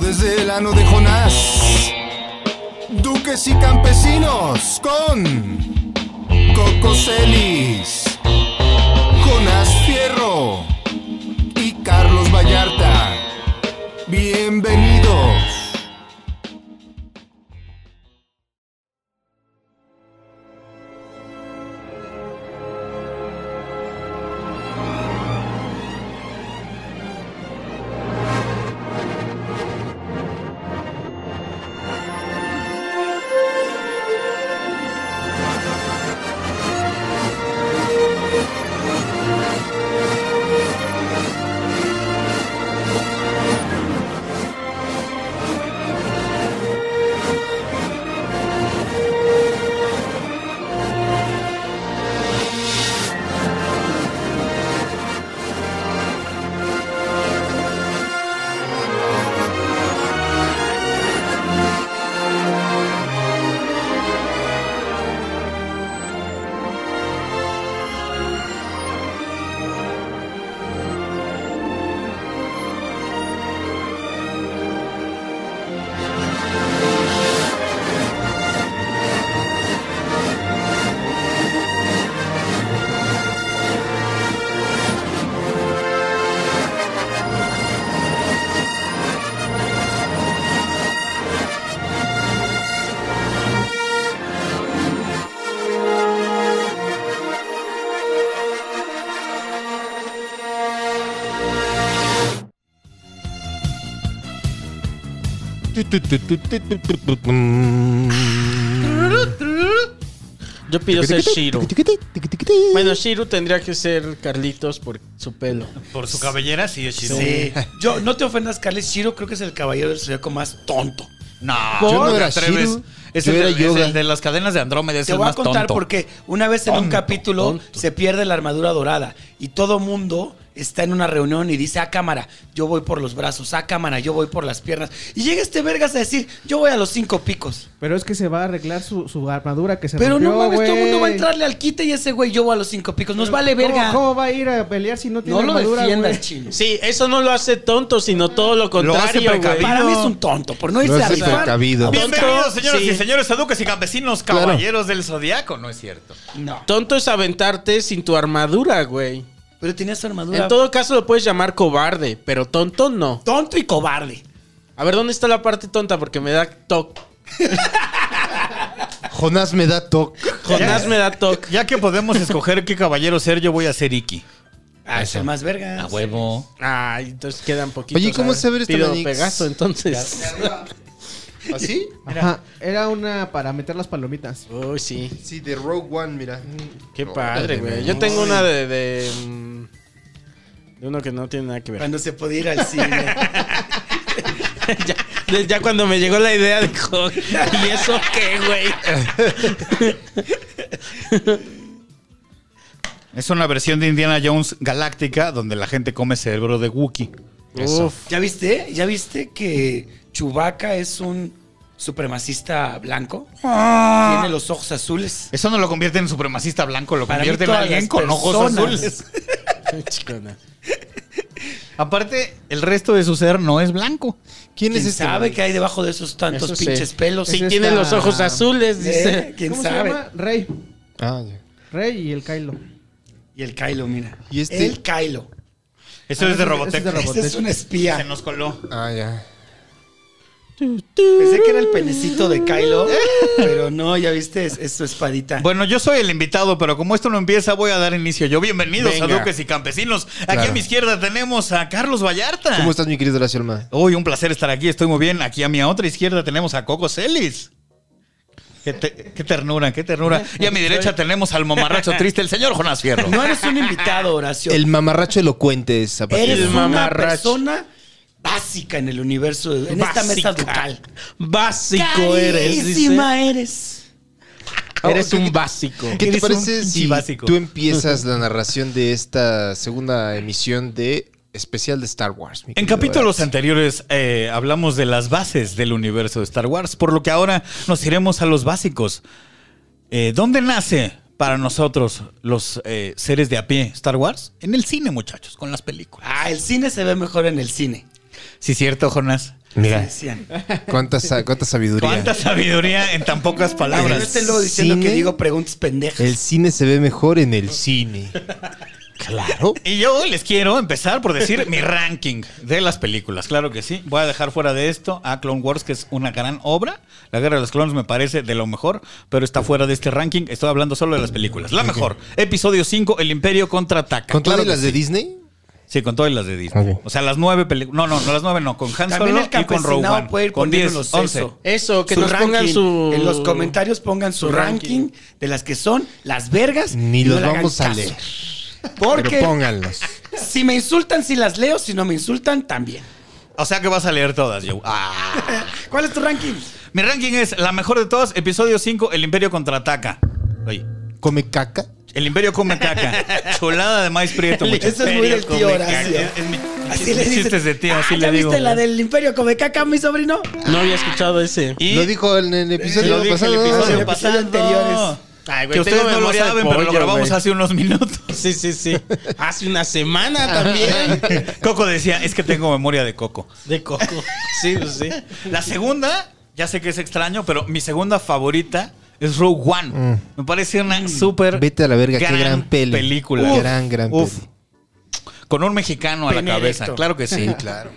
verano de Jonás. Duques y campesinos con Coco Celis, Jonás Fierro y Carlos Vallarta. Bienvenidos. Yo pido ser Shiro. Bueno, Shiro tendría que ser Carlitos por su pelo. Por su cabellera, sí, es chido. Sí. Yo, no te ofendas, Carles. Shiro creo que es el caballero del zodiaco más tonto. No, Yo ¿cómo no te era atreves? Shiro, Es, yo el era de, es yoga. el de las cadenas de Andrómeda, es Te el voy a más contar tonto. por qué. Una vez en un Tonto, capítulo tonto. se pierde la armadura dorada y todo mundo está en una reunión y dice, a cámara, yo voy por los brazos, a cámara, yo voy por las piernas. Y llega este vergas a decir, yo voy a los cinco picos. Pero es que se va a arreglar su, su armadura que se Pero no rompió, mames, todo el mundo va a güey. entrarle al quite y ese güey, yo voy a los cinco picos. Nos vale ¿Cómo- verga. ¿Cómo, va a ir a pelear si no tiene No lo armadura, defiendas, güey? chino. Sí, eso no lo hace tonto, sino todo lo contrario, güey. precavido. Para mí es un tonto, por no irse No a es el rifar. precavido. Bienvenidos, Tonto, señoras sí. y señores, eduques y campesinos, Claro. caballeros del zodiaco, ¿no es cierto? No, Tonto es aventarte sin tu armadura, güey. pero tenía su armadura. En todo caso lo puedes llamar cobarde, pero tonto no. Tonto y cobarde. A ver, ¿dónde está la parte tonta? Porque me da toc. Jonás me da toque. Jonás me da toc. Ya que podemos escoger qué caballero ser, yo voy a ser Iki. Ah, es el más vergas. A huevo. Ay, entonces quedan poquitos. Oye, ¿cómo A ver, se ve este pido Manix? Pegaso, entonces. ¿Así? Ajá, era una para meter las palomitas. Uy, sí. Sí, de Rogue One, mira. Qué No, padre, dale, güey. güey. Yo tengo una de, de. mm, de uno que no tiene nada que ver. Cuando se podía ir al cine. ya, de- ya cuando me llegó la idea de ¿Y eso qué, güey? Es una versión de Indiana Jones galáctica donde la gente come cerebro de Wookiee. Eso. Uf. ¿Ya viste? ¿Ya viste que Chewbacca es un supremacista blanco? Ah. Tiene los ojos azules. Eso no lo convierte en supremacista blanco, lo Para mí, convierte en todas alguien las con ojos personas. azules. Aparte, el resto de su ser no es blanco. ¿Quién, ¿Quién es este? sabe güey? qué hay debajo de esos tantos Eso sí. pinches pelos? Si Es este. tiene esta- los ojos azules, ¿Eh? dice. ¿Quién ¿Cómo sabe? se llama? Rey. Ah, ya. Rey y el Kylo. Y el Kylo, mira. ¿Y este? El Kylo. Eso Ah, es de ese- Robotech. ese es de Robotech. Este es un espía. Se nos coló. Ah, ya. Pensé que era el penecito de Kylo, pero no, ya viste, es, es su espadita. Bueno, yo soy el invitado, pero como esto no empieza, voy a dar inicio yo. Bienvenidos Venga. a Duques y Campesinos. Aquí a Claro. mi izquierda tenemos a Carlos Vallarta. ¿Cómo estás, mi querido Horacio Alma? Uy, un placer estar aquí, estoy muy bien. Aquí a mi otra izquierda tenemos a Coco Celis. Qué, te- qué ternura, qué ternura. Y a mi derecha tenemos al mamarracho triste, el señor Jonás Fierro. No eres un invitado, Horacio. El mamarracho elocuente es Zapatero. eres el una mamarracho. persona básica en el universo, en esta mesa ducal. Básico eres, dice. Carísima eres. Eres un básico. ¿Qué te Eres un parece pinche si básico. tú em- empiezas la narración de esta segunda emisión de especial de Star Wars? mi En querido capítulos Horacio? anteriores eh, hablamos de las bases del universo de Star Wars, por lo que ahora nos iremos a los básicos. Eh, ¿Dónde nace para nosotros los eh, seres de a pie Star Wars? En el cine, muchachos, con las películas. Ah, el cine se ve mejor en el cine. Sí, cierto, Jonás. Mira, Decían. cuánta, sa- cuánta sabiduría. ¿Cuánta sabiduría en tan pocas Ahora, Ahora, no palabras? estén luego diciendo cine- que digo preguntas pendejas. El cine se ve mejor en el cine. Claro. Y yo les quiero empezar por decir mi ranking de las películas. Claro que sí. Voy a dejar fuera de esto a Clone Wars, que es una gran obra. La Guerra de los Clones me parece de lo mejor, pero está fuera de este ranking. Estoy hablando solo de las películas. La mejor. Episodio 5, El Imperio contraataca. ¿Con Claro todas las que de sí. Disney? Sí, con todas las de Disney. Ok. O sea, las nueve películas. No, no, no las nueve, no. Con Han También Solo el y con campesinado Rogue One. puede ir con poniéndonos 10, eso. 11. Eso, que Su nos pongan ranking. su. En los comentarios pongan su, su ranking, ranking. de las que son las vergas. Ni y los le hagan vamos a caso. leer. Porque Pero pónganlos. si me insultan, si las leo, si no me insultan, también. O sea que vas a leer todas, Joe. Ah. ¿Cuál es tu ranking? Mi ranking es la mejor de todas, episodio 5, El Imperio contraataca. Oye, ¿Come caca? El Imperio come caca. Cholada de maíz prieto. muchachos. Eso es muy del tío Horacio. Así le dices, Chistes de tío, así "Ah, le ¿ya digo. viste la del Imperio Come Caca, mi sobrino? No había escuchado ese. Y Lo dijo en el episodio lo dije pasado. el episodio el episodio pasado. anterior Ay, güey, que ustedes tengo no lo memoria de saben, pero lo pollo, grabamos güey. hace unos minutos. Sí, sí, sí. Hace una semana también. Coco decía, es que tengo memoria de Coco. De coco. Sí, pues sí. La segunda, ya sé que es extraño, pero mi segunda favorita es Rogue One. Mm. Me parece una súper. Vete a la verga, qué gran peli. película. Uf, gran, gran Uf. peli. Con un mexicano a la Pene cabeza. erecto. Claro que sí. Claro.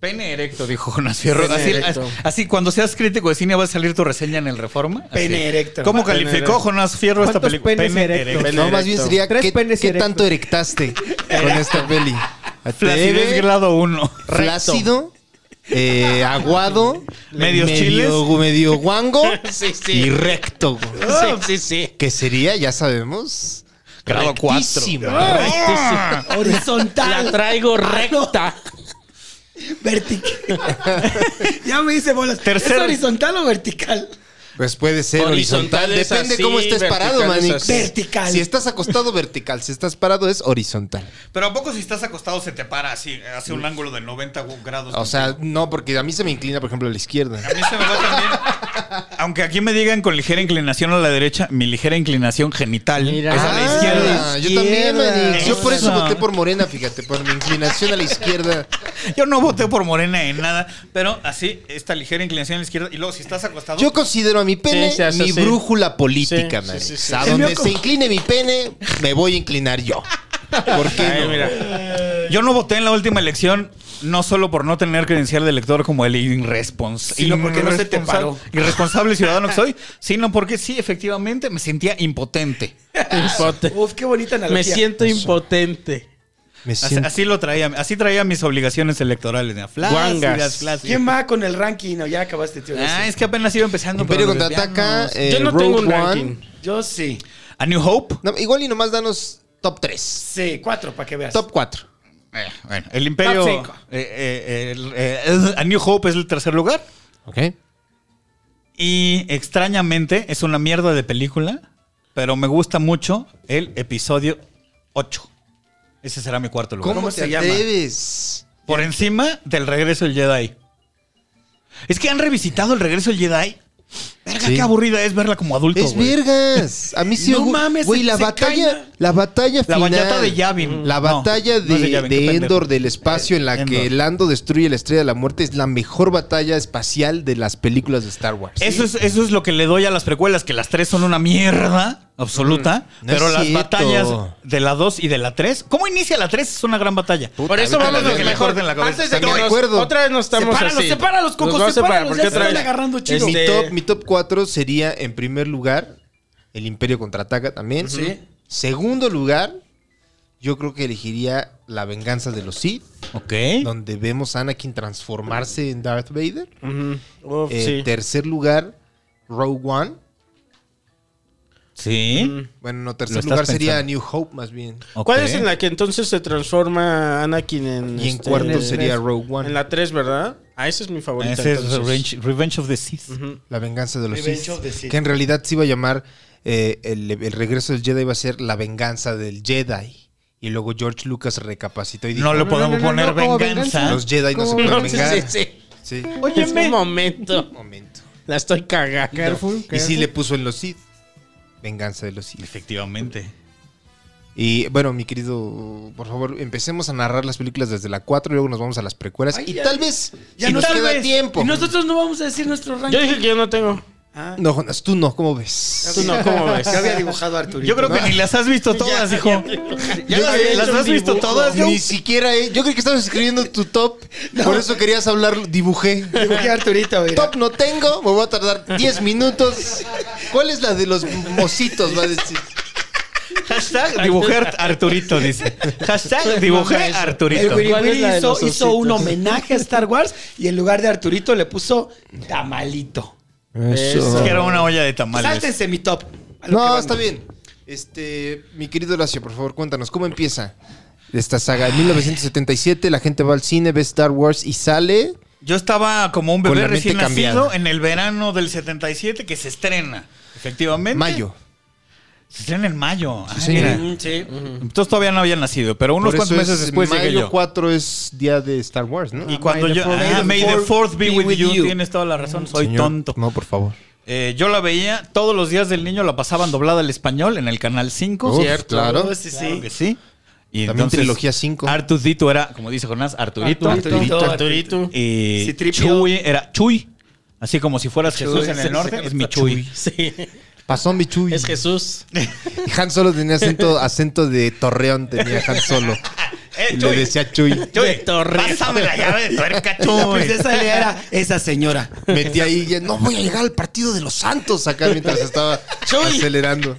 Pene erecto, dijo Jonas Fierro. Pene Así, erecto. así, cuando seas crítico de cine, va a salir tu reseña en el Reforma. Así. Pene erecto. ¿Cómo Pene calificó Jonas Fierro esta ¿Cuántos película? penes erectos? No, más bien sería Tres qué, penes qué erectos. tanto erectaste con esta peli. Flacidez Ateve, grado 1. Flácido, eh, aguado, Medios medio, medio guango Sí, sí. y recto. güey. Sí, Ah. sí, sí. Que sería, ya sabemos, Grado 4. rectísimo. La Horizontal. Ah, traigo recta. vertical. ya me hice bolas. ¿Es Tercero. horizontal o vertical? Pues puede ser horizontal, Horizontal es depende así, cómo estés vertical parado, es maní. así. Vertical. Si estás acostado vertical, si estás parado es horizontal. Pero ¿a poco si estás acostado se te para así, hace un ángulo de 90 grados? O sea, no, porque a mí se me inclina, por ejemplo, a la izquierda. A mí se me va también. Aunque aquí me digan con ligera inclinación a la derecha, mi ligera inclinación genital Mira. es a la Ah, izquierda. yo también, Izquierda. maní. Yo por eso Eso. voté por Morena, fíjate, por mi inclinación a la izquierda. Yo no voté por Morena en nada, pero así, esta ligera inclinación a la izquierda. Y luego, si estás acostado, Yo considero a mi pene Sí, se hace mi así. brújula política, Sí, maní. sí, sí, sí. A El donde mío se como- incline mi pene, me voy a inclinar yo. ¿Por qué Ay, no? mira. yo no voté en la última elección, no solo por no tener credencial de elector como el irresponsable. Sino porque no se te paró. Irresponsable ciudadano que soy, sino porque sí, efectivamente, me sentía impotente. Impote- Uf, qué bonita analogía. Me siento impotente. Me Así, siento- así lo traía, así traía mis obligaciones electorales. ¿no? Flácidas, Guangas. flácidas. ¿Quién va con el ranking? No, ya acabaste, tío. Ah, es que apenas iba empezando. Imperio pero nos contraataca. desviamos. eh, Yo no tengo Rogue un One. ranking. Yo sí. A New Hope. No, igual y nomás danos top 3. Sí, cuatro, para que veas. Top 4. Eh, bueno, el Imperio. Top cinco. eh, eh, el, eh, A New Hope es el tercer lugar. Ok. Y extrañamente es una mierda de película. Pero me gusta mucho el episodio 8. Ese será mi cuarto lugar. ¿Cómo, ¿Cómo te se llama? atreves? Por encima del regreso del Jedi. Es que han revisitado el regreso del Jedi. Verga, Sí. qué aburrida es verla como adulto. Es güey. vergas. A mí sí No me gu- mames, Güey, se- la se batalla. caen. La batalla La final. batalla de Yavin. La No, batalla no de, es de Yavin, de qué pendejo. Endor del espacio en la Eh, Endor. que Lando destruye la estrella de la muerte es la mejor batalla espacial de las películas de Star Wars. Eso es, eso es lo que le doy a las precuelas, que las tres son una mierda absoluta. Mm, No pero es las cierto. batallas de la 2 y de la 3, ¿cómo inicia la 3? Es una gran batalla. Puta, Por eso ahorita vamos la a veo. que mejor mejor. de la cabeza. Antes de que También nos, acuerdo. otra vez nos estamos Sepáralos, así. sepáralos, Coco, Nos vamos a separar, sepáralos, porque ya se otra están vez- agarrando chido. Mi Este- top, mi top 4 sería, en primer lugar, El Imperio Contraataca también. Sí. Segundo lugar, yo creo que elegiría La Venganza de los Sith, Ok. donde vemos a Anakin transformarse en Darth Vader. Ujú. Uf, Eh, Oh, sí. Tercer lugar, Rogue One. Sí. Bueno, no, Lo tercer estás lugar sería pensando. New Hope, más bien. ok. ¿Cuál es en la que entonces se transforma Anakin en. Y en este, cuarto el sería tres. Rogue One. En La... la 3, ¿verdad? Ah, esa es mi favorita. Ese es entonces. Revenge, Revenge of the Sith. venganza de los Revenge Sith. of the Sith. Que en realidad se iba a llamar eh, el, el regreso del Jedi iba a ser la venganza del Jedi. Y luego George Lucas recapacitó y dijo: No le no, podemos no, no, poner no, como venganza. venganza. Los Jedi no se ¿Cómo? pueden No, sí, vengar. sí, sí. Sí. Es un Óyeme. momento. Un momento. La estoy cagando. Careful, Y sí careful. le puso en los Sith. Venganza de los Sith. Efectivamente. Y bueno, mi querido, por favor, empecemos a narrar las películas desde la 4 y luego nos vamos a las precuelas. Ay, y ya- tal vez, Ya si no nos tal queda vez. tiempo. Y nosotros no vamos a decir nuestro ranking. Yo dije que yo no tengo. Ah, No, Jonas, tú no, ¿cómo ves? Tú no, ¿cómo ves? ya había dibujado a Arturito. Yo creo que ¿no? ni las has visto todas, hijo. Ya Yo- las había ¿Las hecho has un visto dibujo. todas? Ni siquiera, eh. yo creo que estabas escribiendo tu top, por eso querías hablar, dibujé. Dibujé a Arturito, mira. Top no tengo, me voy a tardar 10 minutos. ¿Cuál es la de los mocitos? Va a decir. Hashtag dibujé Ar- Arturito, dice. Hashtag dibujé El Arturito. Wiri ¿Cuál es Wiri la de hizo, los hizo ositos? un homenaje a Star Wars y en lugar de Arturito le puso Tamalito. Es que era una olla de tamales. Sáltense mi top. A lo que No, vamos. está bien. Este, mi querido Horacio, por favor, cuéntanos, ¿cómo empieza esta saga? En 1977 la gente va al cine, ve Star Wars y sale. Yo estaba como un Con bebé la mente recién nacido cambiada. en el verano del 77 que se estrena. Efectivamente. Mayo. Se estrena en mayo. Ay, señor. Ah, mira. Mm, sí. Entonces todavía no había nacido, pero unos Por cuantos eso es- meses después mayo llegué yo. 4 es día de Star Wars, ¿no? Y cuando May the yo... fourth- ah, May the fourth be with you. you. Tienes toda la razón, soy Señor, tonto. No, por favor. Eh, yo la veía todos los días del niño, la pasaban doblada al español en el canal 5. Uf, Claro. Oh, sí, sí. Claro que sí. Y También trilogía cinco. Artudito era, como dice Jonás, Arturito. Arturito, Arturito. Y Citripio. Chuy era Chuy. Así como si fueras Jesús en el norte, es mi Chuy. Sí. Pasó mi Chuy. Es Jesús. Y Han Solo tenía acento, acento de Torreón, tenía Han Solo. Eh, Y Chuy. le decía Chuy. Chuy, De Torreón. pásame la llave de tuerca, La Chuy. princesa Lea era esa señora. Metí ahí, ya, no voy a llegar al partido de los Santos acá mientras estaba acelerando.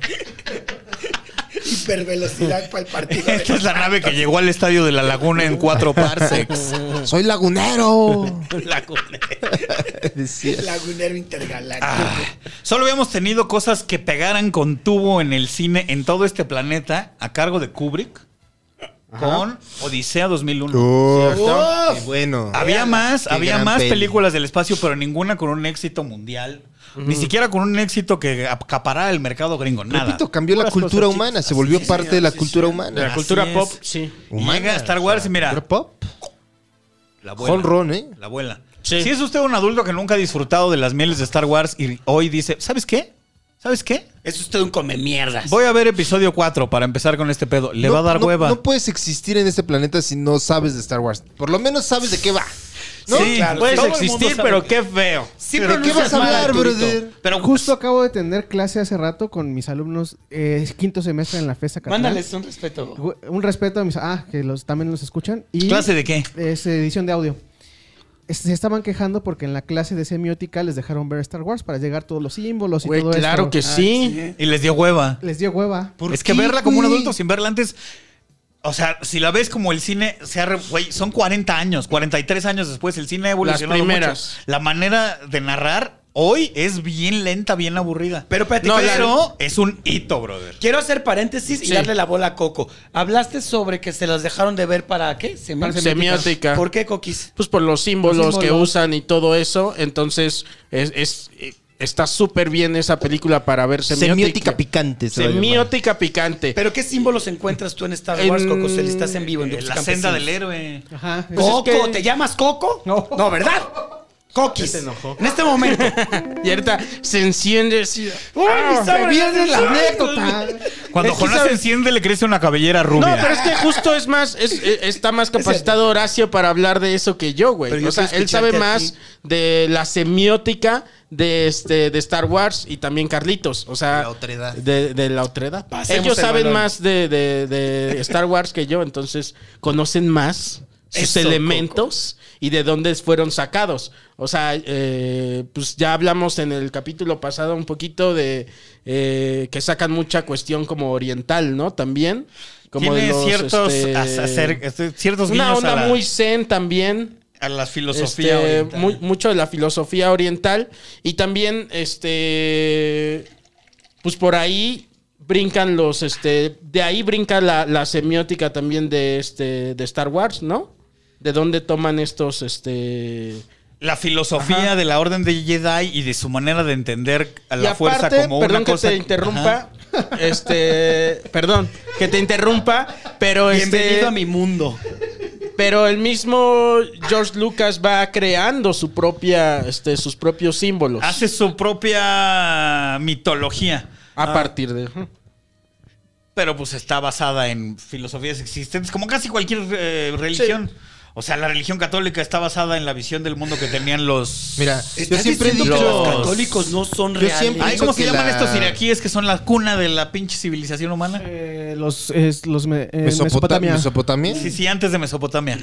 Hipervelocidad para el partido. Esta es la nave que llegó al estadio de la laguna en cuatro parsecs. Soy lagunero. La cunera. Decía. Lagunero Intergaláctico. Ah. Solo habíamos tenido cosas que pegaran con tubo en el cine en todo este planeta a cargo de Kubrick con Odisea 2001. Uf, Cierto. qué bueno. Había más, Uh, Qué había gran más peli. películas del espacio, pero ninguna con un éxito mundial. Ni siquiera con un éxito que acaparara el mercado gringo. Nada. Repito, cambió la Puras cultura cosas humana, se chiquitas. volvió Así es, parte señor, de la sí, cultura señor. humana. De la Así cultura es. pop, sí. Humana, Llega Star Wars y mira, ¿Cultura pop? la abuela. Honron, ¿eh? La abuela. Sí. Si es usted un adulto que nunca ha disfrutado de las mieles de Star Wars y hoy dice, ¿sabes qué? ¿Sabes qué? Es usted un come mierdas. Voy a ver episodio 4 para empezar con este pedo. Le No- va a dar no- hueva. No puedes existir en este planeta si no sabes de Star Wars. Por lo menos sabes de qué va. ¿no? Sí, Claro, puedes todo el mundo existir, sabe pero que- qué feo. Sí, ¿Pero qué pronuncias vas a mal, hablar, Arturito. brother? Pero Justo acabo de tener clase hace rato con mis alumnos, eh, quinto semestre en la FESA Catlán. Mándales un respeto. Güe- Un respeto a mis... Ah, que los, también los escuchan. Y ¿Clase de qué? Es edición de audio. Es- Se estaban quejando porque en la clase de semiótica les dejaron ver Star Wars para llegar todos los símbolos y Güey, todo claro esto. Ah, que Ah, sí. Y les dio hueva. Les dio hueva. Es que verla como un adulto sin verla antes. O sea, si la ves como el cine, se ha re- güey, son 40 años, 43 años después, el cine ha evolucionado primeras. mucho. La manera de narrar hoy es bien lenta, bien aburrida. Pero espérate, no, claro. pero es un hito, brother. Quiero hacer paréntesis y Sí. darle la bola a Coco. Hablaste sobre que se las dejaron de ver para qué? Semiótica. Semiótica. ¿Por qué, Coquis? Pues por los símbolos, Los símbolos. que usan y todo eso. Entonces, es, es- eh, está súper bien esa película para ver semiótica. Semiótica picante. se va a llamar. Semiótica picante. ¿Pero qué símbolos encuentras tú en Star Wars, En- Coco? Si estás en vivo en Eh, Dux la Campesinos. senda del héroe. Ajá. Pues es Coco, que- ¿te llamas Coco? No, No. ¿verdad? Coquis. En este momento. y ahorita se enciende así. ¡Uy, mis Se sabores! viene la anécdota. Cuando Es que Jonás sabe- se enciende, le crece una cabellera No, rubia. pero es que justo es más, es- eh, está más capacitado Horacio para hablar de eso que yo, güey. Pero yo O sea, quiero él sabe escucharte a ti. más de la semiótica de este de Star Wars y también Carlitos. O sea, De la otredad. De, de la otredad. Pasemos Ellos el saben balón. más de, de- de Star Wars que yo, entonces conocen más sus Eso, elementos y de dónde fueron sacados. O sea, eh, pues ya hablamos en el capítulo pasado un poquito de eh, que sacan mucha cuestión como oriental, ¿no? También. Como de Tiene los, ciertos, este, acer- este, ciertos una guiños onda a, la, muy zen también. a la filosofía. Este, oriental. mu- mucho de la filosofía oriental. Y también, este. Pues por ahí brincan los. Este. De ahí brinca la, la semiótica también de este. de Star Wars, ¿no? De dónde toman estos. Este. la filosofía de la orden de Jedi y de su manera de entender a Y la fuerza aparte, como perdón una cosa. que te interrumpa. Este. Perdón, que te interrumpa. Pero este- Bienvenido a mi mundo. Pero el mismo George Lucas va creando su propia, este, sus propios símbolos. Hace su propia mitología. a partir de. pero pues está basada en filosofías existentes, como casi cualquier eh, religión. O sea, la religión católica está basada en la visión del mundo que tenían los... Mira, yo ¿Estás siempre he dicho diciendo que los los- católicos no son Yo reales? siempre- Ay, Pienso ¿Cómo se que llaman la- estos iraquíes que son la cuna de la pinche civilización humana? Eh, los es- los me- eh, Mesopota- Mesopotamia. Mesopotamia, Sí, sí, antes de Mesopotamia.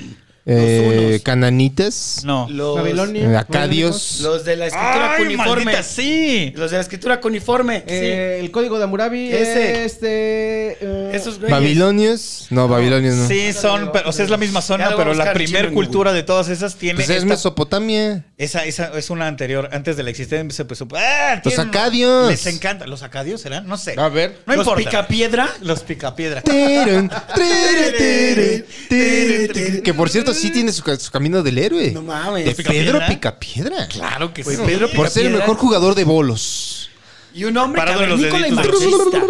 eh, unos. cananitas, No. Los, Babilonia. acadios. los de la escritura ¡Ay, cuniforme. maldita, sí! Los de la escritura cuniforme. Eh, El código de Hammurabi. Ese. Este. eh, sí. Esos güeyes. babilonios, no, babilonios no. Sí, son, pero, o sea, es la misma Ya zona, lo voy a pero la buscar chino primer en cultura de todas esas tiene. Pues es esta- Mesopotamia. esa, esa es una anterior, antes de la existencia. pues, sup- ¡Ah! Los Tienen- acadios. Les encanta. ¿Los acadios serán? No sé. A ver. No los importa. picapiedra. los picapiedra. Terun, tere, tere, tere, tere. Que por cierto, sí tiene su, ca- su camino del héroe. No mames. De Pedro Picapiedra. Picapiedra. Claro que Güey, sí. Pedro Por ser el Picapiedra. mejor jugador de bolos. Y un hombre Parado en los cavernícola y deditos. marxista.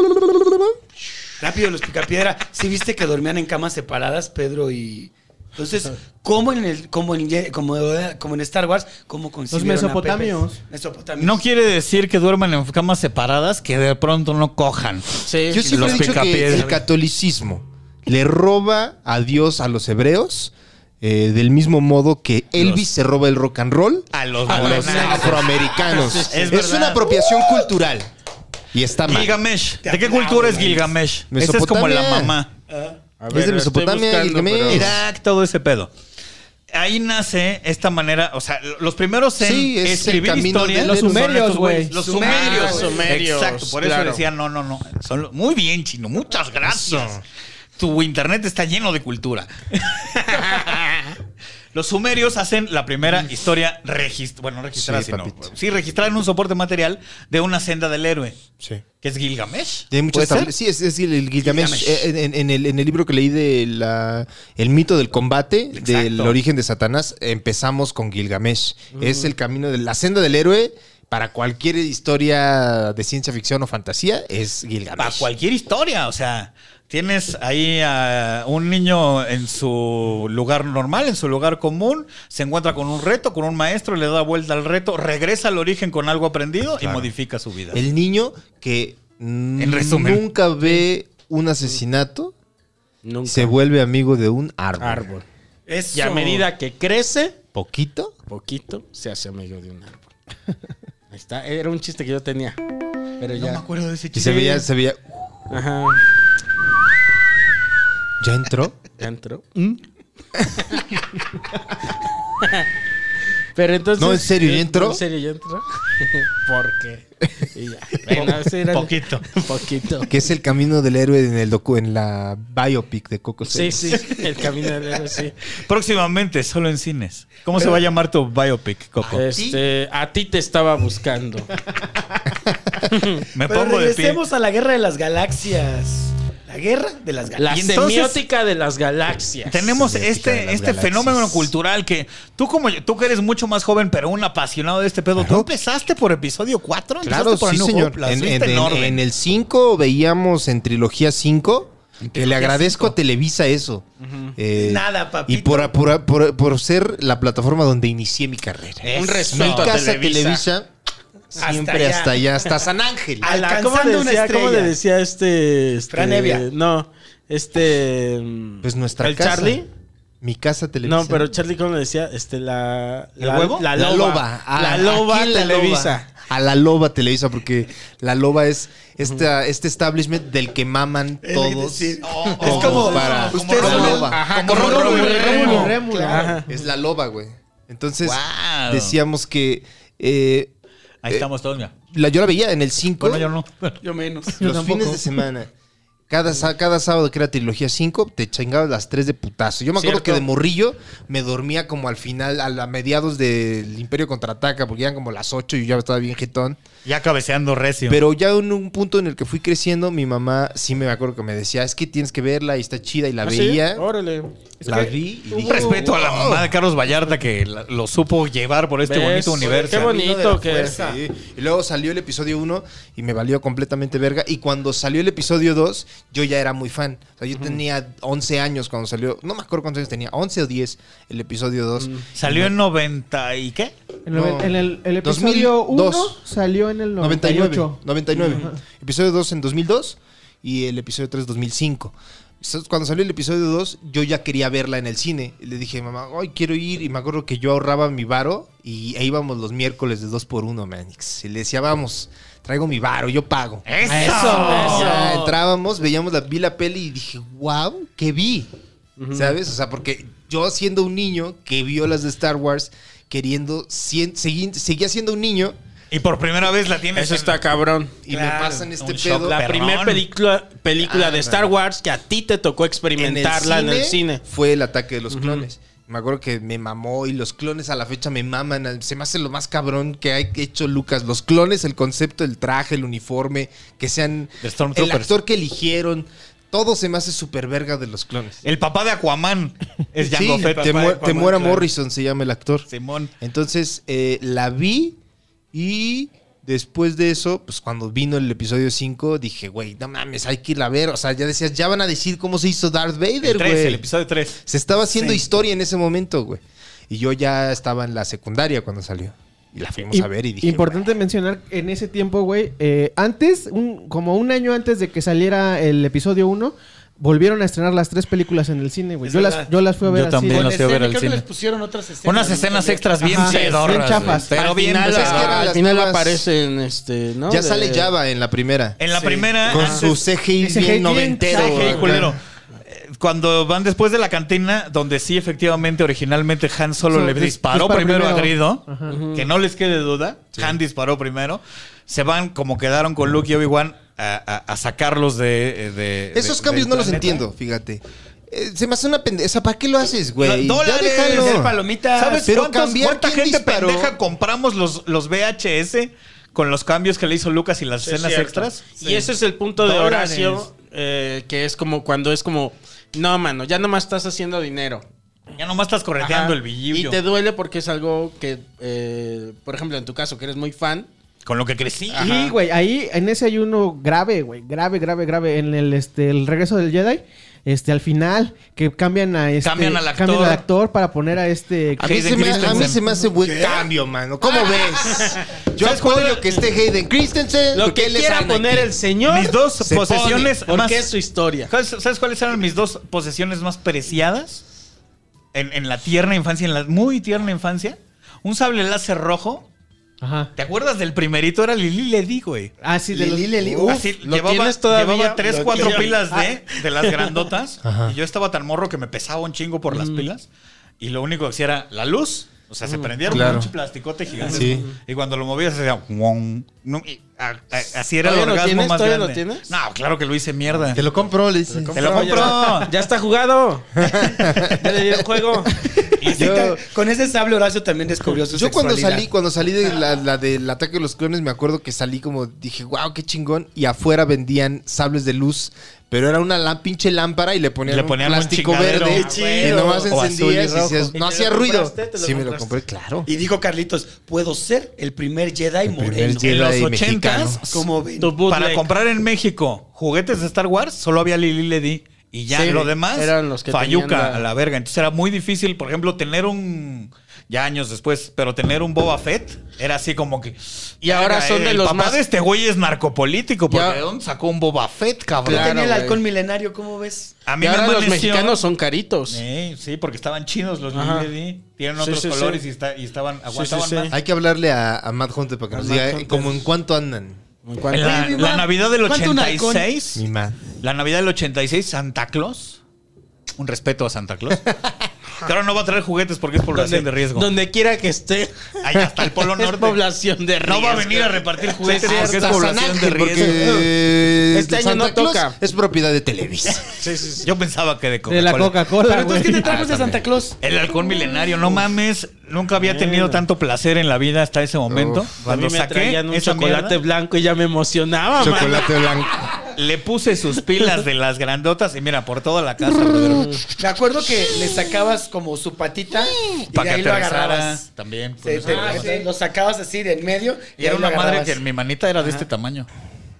Rápido, los picapiedra. Sí viste que dormían en camas separadas, Pedro y... Entonces, ¿cómo en, el, como en, como, como en Star Wars, cómo concibieron a mesopotamios. Pepe? Mesopotamios. No quiere decir que duerman en camas separadas, que de pronto no cojan. Sí. Yo siempre Los he dicho que picapiedra. el catolicismo le roba a Dios a los hebreos eh, del mismo modo que Elvis se roba el rock and roll A los a los morenados. afroamericanos. Sí, sí, Es, es una verdad. apropiación cultural. Y está mal. Gilgamesh. Te ¿De qué aplaudo, cultura es Luis. Gilgamesh? Esa es como la Mesopotamia. mamá. es de Mesopotamia, estoy buscando, Gilgamesh. Irak, todo ese pedo. Ahí nace esta manera, o sea, los primeros en Sí, es el escribir camino historias. de- Los son sumerios, estos güey. güeyes. Los Sumerios, sumerios. güey. güey. Ah, Sumerios, Exacto, por eso claro. decía, no, no, no. Son lo- muy bien, chino, muchas gracias. Tu internet está lleno de cultura. Los sumerios hacen la primera historia registrada, bueno, no registrada, Sí, sino- papito. sí, registrada en un soporte material de una senda del héroe, Sí. que es Gilgamesh. Y hay muchas ¿Puede ser? tabla- Sí, es, es el Gilgamesh. Gilgamesh. Eh, En, en- en el, en el libro que leí de la- El mito del combate, del origen de Satanás, empezamos con Gilgamesh. Es el camino de la senda del héroe para cualquier historia de ciencia ficción o fantasía, es Para Gilgamesh. cualquier historia, o sea, tienes ahí a un niño en su lugar normal, en su lugar común, se encuentra con un reto, con un maestro, le da vuelta al reto, regresa al origen con algo aprendido y Claro. modifica su vida. El niño que n- resumen. nunca ve un asesinato Nunca. se vuelve amigo de un árbol. árbol. Eso. Y a medida que crece, ¿Poquito? poquito se hace amigo de un árbol. Ahí está. Era un chiste que yo tenía. Pero no me ya. acuerdo de ese Y se veía, se veía. Ajá. ¿Ya entró? Ya entró. ¿Mm? Pero entonces. No, ¿en serio? ¿Ya ¿eh? entró? ¿En serio ya entró? ¿Por qué? Y ya. Bueno, ese era el- poquito. Poquito. Que es el camino del héroe en el docu, en la biopic de Coco Sí, Celis. sí. El camino del héroe, sí. Próximamente, solo en cines. ¿Cómo se va a llamar tu biopic, Coco? Este, a ti te estaba buscando. Me Pero pongo de pie. regresemos a la guerra de las galaxias. La guerra de las La galaxias. Y entonces- semiótica de las galaxias. Tenemos Cinética de este, las este galaxias. fenómeno cultural que tú como yo- tú que eres mucho más joven, pero un apasionado de este pedo, Claro. ¿tú empezaste por episodio 4? Claro, sí, señor. En, en- en- en el 5 veíamos en trilogía 5. Que le trilogía agradezco cinco. a Televisa eso. Eh, Nada, papito. Y por, por- por- por ser la plataforma donde inicié mi carrera. Un Mi respeto a casa Televisa. Televisa, siempre allá. hasta allá, hasta San Ángel. A la- ¿Cómo le Alcanzando una decía, cómo le estrella. decía este, este- Fran Evia. No, este. Pues nuestra ¿El casa. Charlie? Mi casa Televisa. No, pero Charlie, ¿cómo le decía? Este, la. ¿El la, huevo? La la loba. loba. A- la loba aquí en la Televisa. loba. A la loba Televisa, porque la loba es esta, este establishment del que maman Es todos. decir, es como para ustedes como son- loba. Ajá, Como como Rómulo Rómulo y y Remo. Rémulo. Ajá. Es la loba, güey. Entonces, Guau. decíamos que eh, Ahí estamos todos, mira. la, yo la veía en el 5 Bueno, yo no. Yo menos. los fines de semana. Cada, sá- cada sábado que era trilogía 5, te chingabas las 3 de putazo. Yo me acuerdo Cierto. que de morrillo me dormía como al final, a, la mediados del Imperio Contraataca, porque eran como las 8 y yo ya estaba bien jetón. Ya cabeceando recio. Pero ya en un punto en el que fui creciendo, mi mamá sí me acuerdo que me decía, es que tienes que verla y está chida y la ¿Ah, sí? veía. Órale. La vi y Oh, Un dije, respeto a la mamá de Carlos Vallarta que la- lo supo llevar por este ¿Ves? bonito universo. eh, Qué bonito que es. Fuerza. Y luego salió el episodio 1 y me valió completamente verga. Y cuando salió el episodio 2, yo ya era muy fan. O sea, yo tenía 11 años cuando salió. No me acuerdo cuántos años tenía, 11 o 10 el episodio 2. Mm. Salió en 90 y qué? En el, No. en el- el episodio 1 2002. salió en el 99. 98. 99. Episodio 2 en 2002. y el episodio 3 2005. So- Cuando salió el episodio 2, yo ya quería verla en el cine. Y Le dije, mamá, hoy quiero ir. Y me acuerdo que yo ahorraba mi varo y e íbamos los miércoles de 2 por 1 Manix. Y le decía, vamos, traigo mi varo, yo pago. Eso. Ya entrábamos, veíamos la, vi la peli y dije, wow, ¿qué vi? ¿Sabes? O sea, porque yo siendo un niño que vio las de Star Wars, queriendo, sien- seguí- seguía siendo un niño Y por primera vez la tienes. Eso en- está cabrón. y me Claro, pasan este un shock, pedo. la La Perrón. primera película, película Ah, de Star no. Wars que a ti te tocó experimentarla en el cine. Fue el ataque de los clones. Me acuerdo que me mamó y los clones a la fecha me maman. Se me hace lo más cabrón que ha hecho Lucas. Los clones, el concepto, el traje, el uniforme, que sean De el Stormtroopers. actor que eligieron. Todo se me hace super verga de los clones. El papá de Aquaman es Jango Sí, Fett. Te, Papá mu- de Aquaman, Temuera claro. Morrison se llama el actor. Simón. Entonces eh, la vi y después de eso, pues cuando vino el episodio 5, dije, güey, no mames, hay que ir a ver. O sea, ya decías, ya van a decir cómo se hizo Darth Vader, El, tres, güey. el episodio 3. Se estaba haciendo Sí. historia en ese momento, güey. Y yo ya estaba en la secundaria cuando salió. Y la fuimos a ver y dije, Importante mencionar en ese tiempo, güey, eh, antes, un- como un año antes de que saliera el episodio 1, volvieron a estrenar las tres películas en el cine, güey. Es Yo las, verdad. yo las fui a ver Yo así. también güey. las fui a ver al creo que cine. les pusieron otras escenas. Unas ¿no? escenas También. extras bien Ajá, pedorras, bien güey, chafas. Pero Al bien final, pues, pedorras. es que eran al las final nuevas- aparecen este, ¿no? ya sale De- Java en la primera. En la primera. Con antes- su CGI Ese bien CGI noventero. bien güey. Hey, culero. Eh, Cuando van después de la cantina, donde sí, efectivamente, originalmente Han solo So, le dis- disparó dispara primero, a primero. Grido, que no les quede duda, Han disparó primero, se van como quedaron con Luke y Obi-Wan a, a- a sacarlos de... eh, de- Esos de- cambios del no los planeta. entiendo, fíjate. Eh, se me hace una pendeja. ¿Para qué lo haces, güey? No, Ya dólares, déjalo. Ser palomitas. ¿Sabes Pero cuántas- cambiar, cuánta ¿quién gente disparó? pendeja compramos los, los VHS con los cambios que le hizo Lucas y las Sí, es escenas cierto. extras? Y ese es el punto de Dólares. Horacio, eh, que es como cuando es como, no, mano, ya nomás estás haciendo dinero. Ya nomás estás Ajá. correteando el Y billillo. te duele porque es algo que, eh, por ejemplo, en tu caso, que eres muy fan. Con lo que crecí. Y, güey, ahí en ese hay uno grave, güey, grave, grave, grave. En el, este, el regreso del Jedi, este, al final, que cambian a este. Cambian al actor. cambian al actor para poner a este. A mí, Hayden se me, a mí Christensen. Ah. se me hace buen cambio, mano. ¿Cómo ves? Yo ¿Sabes cuál apoyo era? que esté Hayden Christensen. Lo porque que él es quiera Anakin. poner el señor, Mis dos Se posesiones porque más... es su historia. ¿Sabes, sabes cuáles eran mis dos posesiones más preciadas? En, en la tierna infancia, en la muy tierna infancia. Un sable láser rojo. Ajá. ¿Te acuerdas del primerito? Era Lili Ledi, güey. Ah, sí, de los- Lili, Lili, uf. Así, ¿lo llevaba, tienes todavía? llevaba tres, Lo Ah. cuatro quiero. pilas de, de las grandotas. Ajá. Y yo estaba tan morro que me pesaba un chingo por Mm. las pilas. Y lo único que hacía era la luz. O sea, se prendieron Claro. un pinche plasticote gigante. Sí. Y cuando lo movías, hacía guong. No, y, a- a- así era el ¿Todavía lo orgasmo tienes? más ¿Todavía lo grande. tienes? No, claro que lo hice mierda. Te lo compro, le dices. Te lo compro. Ya está jugado. Ya le dieron juego. Y sí, Yo- ta- con ese sable Horacio también descubrió su Yo cuando sexualidad. salí, cuando salí de la, la del ataque de los clones, me acuerdo que salí como dije, wow, qué chingón. Y afuera vendían sables de luz, pero era una lá- pinche lámpara y le ponían, Le ponían un un plástico chingadero. Ah, verde. Qué y chido. nomás O azul y encendías y, rojo. decías- ¿Y te no lo hacía ruido. compraste? ¿Te lo Sí, me lo compraste? compré, claro. Y dijo Carlitos, puedo ser el primer Jedi primer moreno. Jedi. en los Jedi mexicano. ochentas, Como ven. Tu bootleg. para comprar en México juguetes de Star Wars, solo había Lili Ledi. Y ya Sí, lo demás, eran los que falluca tenían la- a la verga. Entonces era muy difícil, por ejemplo, tener un. Ya años después, pero tener un Boba Fett era así como que. Y ahora son de el los papá más- de este güey es narcopolítico, porque Ya- ¿de dónde sacó un Boba Fett, cabrón? Yo tenía el güey. halcón milenario, ¿cómo ves? A mí Y me Eh, ahora los amaneció- mexicanos son caritos. Sí, sí, porque estaban chinos los Ajá. Lili Ledi. Tienen Sí, otros sí, sí. colores Y, esta- y estaban. Aguantaban sí. más. Hay que hablarle a, a Matt Hunter para que A nos Matt diga eh, Hunter. como en cuánto andan. En cuanto- En la, Oye, mi la man, Navidad del ¿cuánto un halcón? 86. Mi Matt. La Navidad del 86, Santa Claus. Un respeto a Santa Claus. Claro, no va a traer juguetes porque es población de riesgo. Donde quiera que esté. Ahí hasta el Polo Es Norte. población de riesgo. No va a venir a repartir Sí, juguetes sí, porque es hasta población de riesgo. Porque Este año Santa no Claus toca. es propiedad de Televisa. Yo pensaba que de de la Coca-Cola, Pero entonces, ¿qué güey. Ah, te Ah, trajos de Santa Claus? El halcón milenario, no mames, nunca había tenido tanto placer en la vida hasta ese momento. Uf. A mí Cuando me saqué traían un esa chocolate mierda, blanco y ya me emocionaba, man. Chocolate blanco. le puse sus pilas de las grandotas y mira, por toda la casa. brother. Me acuerdo que le sacabas como su patita y Pa' de ahí lo aterrizara agarrabas. También. pues, con Se- eso te- lo agarrabas. te- Lo sacabas así de en medio Ah, y era ahí lo una madre agarrabas. que mi manita era de este tamaño.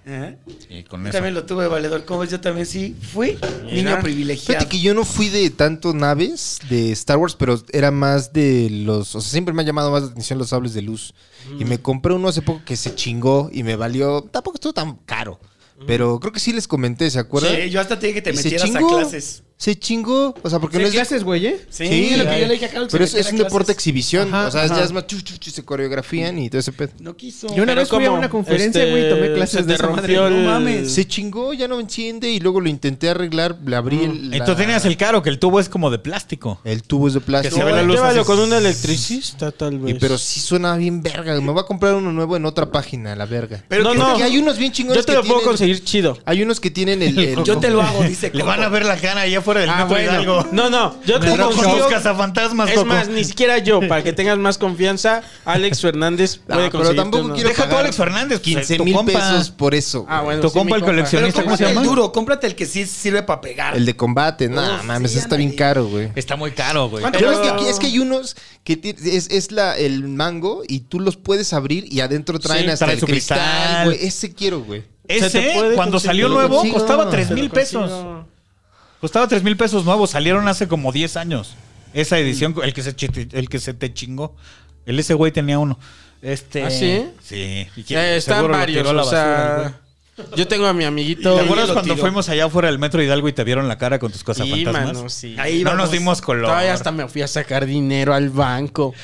¿Eh? Ajá. Y con Yo eso. también lo tuve, valedor. ¿Cómo ves? Yo también sí fui niño privilegiado. Fíjate que yo no fui de tanto naves de Star Wars, pero era más de los. O sea, siempre me han llamado más la atención los sables de luz. Y me compré uno hace poco que se chingó y me valió. Tampoco estuvo tan caro. Pero creo que sí les comenté, ¿se acuerdan? Sí, yo hasta te dije que te Y se metieras a chingó, clases. Se chingó. O sea, porque ¿Qué no es. clases, güey, eh? Sí, Sí, lo que ay. yo le dije a Carlos. que Pero se es, es metiera un a clases. deporte de exhibición. Ajá, o sea, es- ajá. ya es más. chu, chu, chu, se coreografían y todo ese pedo. No quiso. Yo una Pero vez fui a ¿cómo? una conferencia, Este, güey, y tomé clases se de te esa madre. rompió el- No mames. Se chingó, ya no enciende y luego lo intenté arreglar. Le abrí Mm. el. la- Entonces tenías el caro, que el tubo es como de plástico. El tubo es de plástico. se ve la No, luz Llévalo así. con un electricista, tal vez. Y pero sí suena bien verga. Me voy a comprar uno nuevo en otra página, la verga. Pero No, que- no. Porque hay unos bien chingones Yo te que lo puedo tienen- conseguir chido. Hay unos que tienen el... el- Yo te lo hago, dice Le Coco. van a ver la cara allá fuera del Ah, metro bueno. Hidalgo. No, no, yo te Con consigo- tus cazafantasmas, Es Coco. más, ni siquiera yo, para que tengas más confianza, Alex Fernández Ah, puede pero conseguirte tampoco uno. quiero Deja tú a pagar Alex Fernández, pues, 15 tu mil compa. pesos por eso. Ah, güey. bueno, Tu sí, compa, mi el coleccionista, ¿cómo se Cómprate el llama? duro, cómprate el que sí sirve para pegar. El de combate, nada, Uf, mames, sí, está bien ándale. caro, güey. Está muy caro, güey. Pero es que, aquí- es que hay unos que ti- es, es la, el mango y tú los puedes abrir y adentro traen Sí, hasta trae el su cristal, cristal. güey. Ese quiero, güey. Se Ese, te puede cuando conseguir. salió Te lo nueve, consigo. costaba Te tres lo mil pesos. Costaba tres mil pesos nuevos. Salieron hace como 10 años. Esa edición, el que se, chiti- el que se te chingó. El ese güey tenía uno. Este, ¿Ah, sí? Sí. Y que Eh, están seguro lo varios, tiró a la o sea, basura, el güey. yo tengo a mi amiguito. ¿Te Y acuerdas lo cuando tiró. fuimos allá afuera del metro Hidalgo y te vieron la cara con tus Sí, cosas mano, fantasmas? sí. Ahí no vamos. nos dimos color. Todavía hasta me fui a sacar dinero al banco.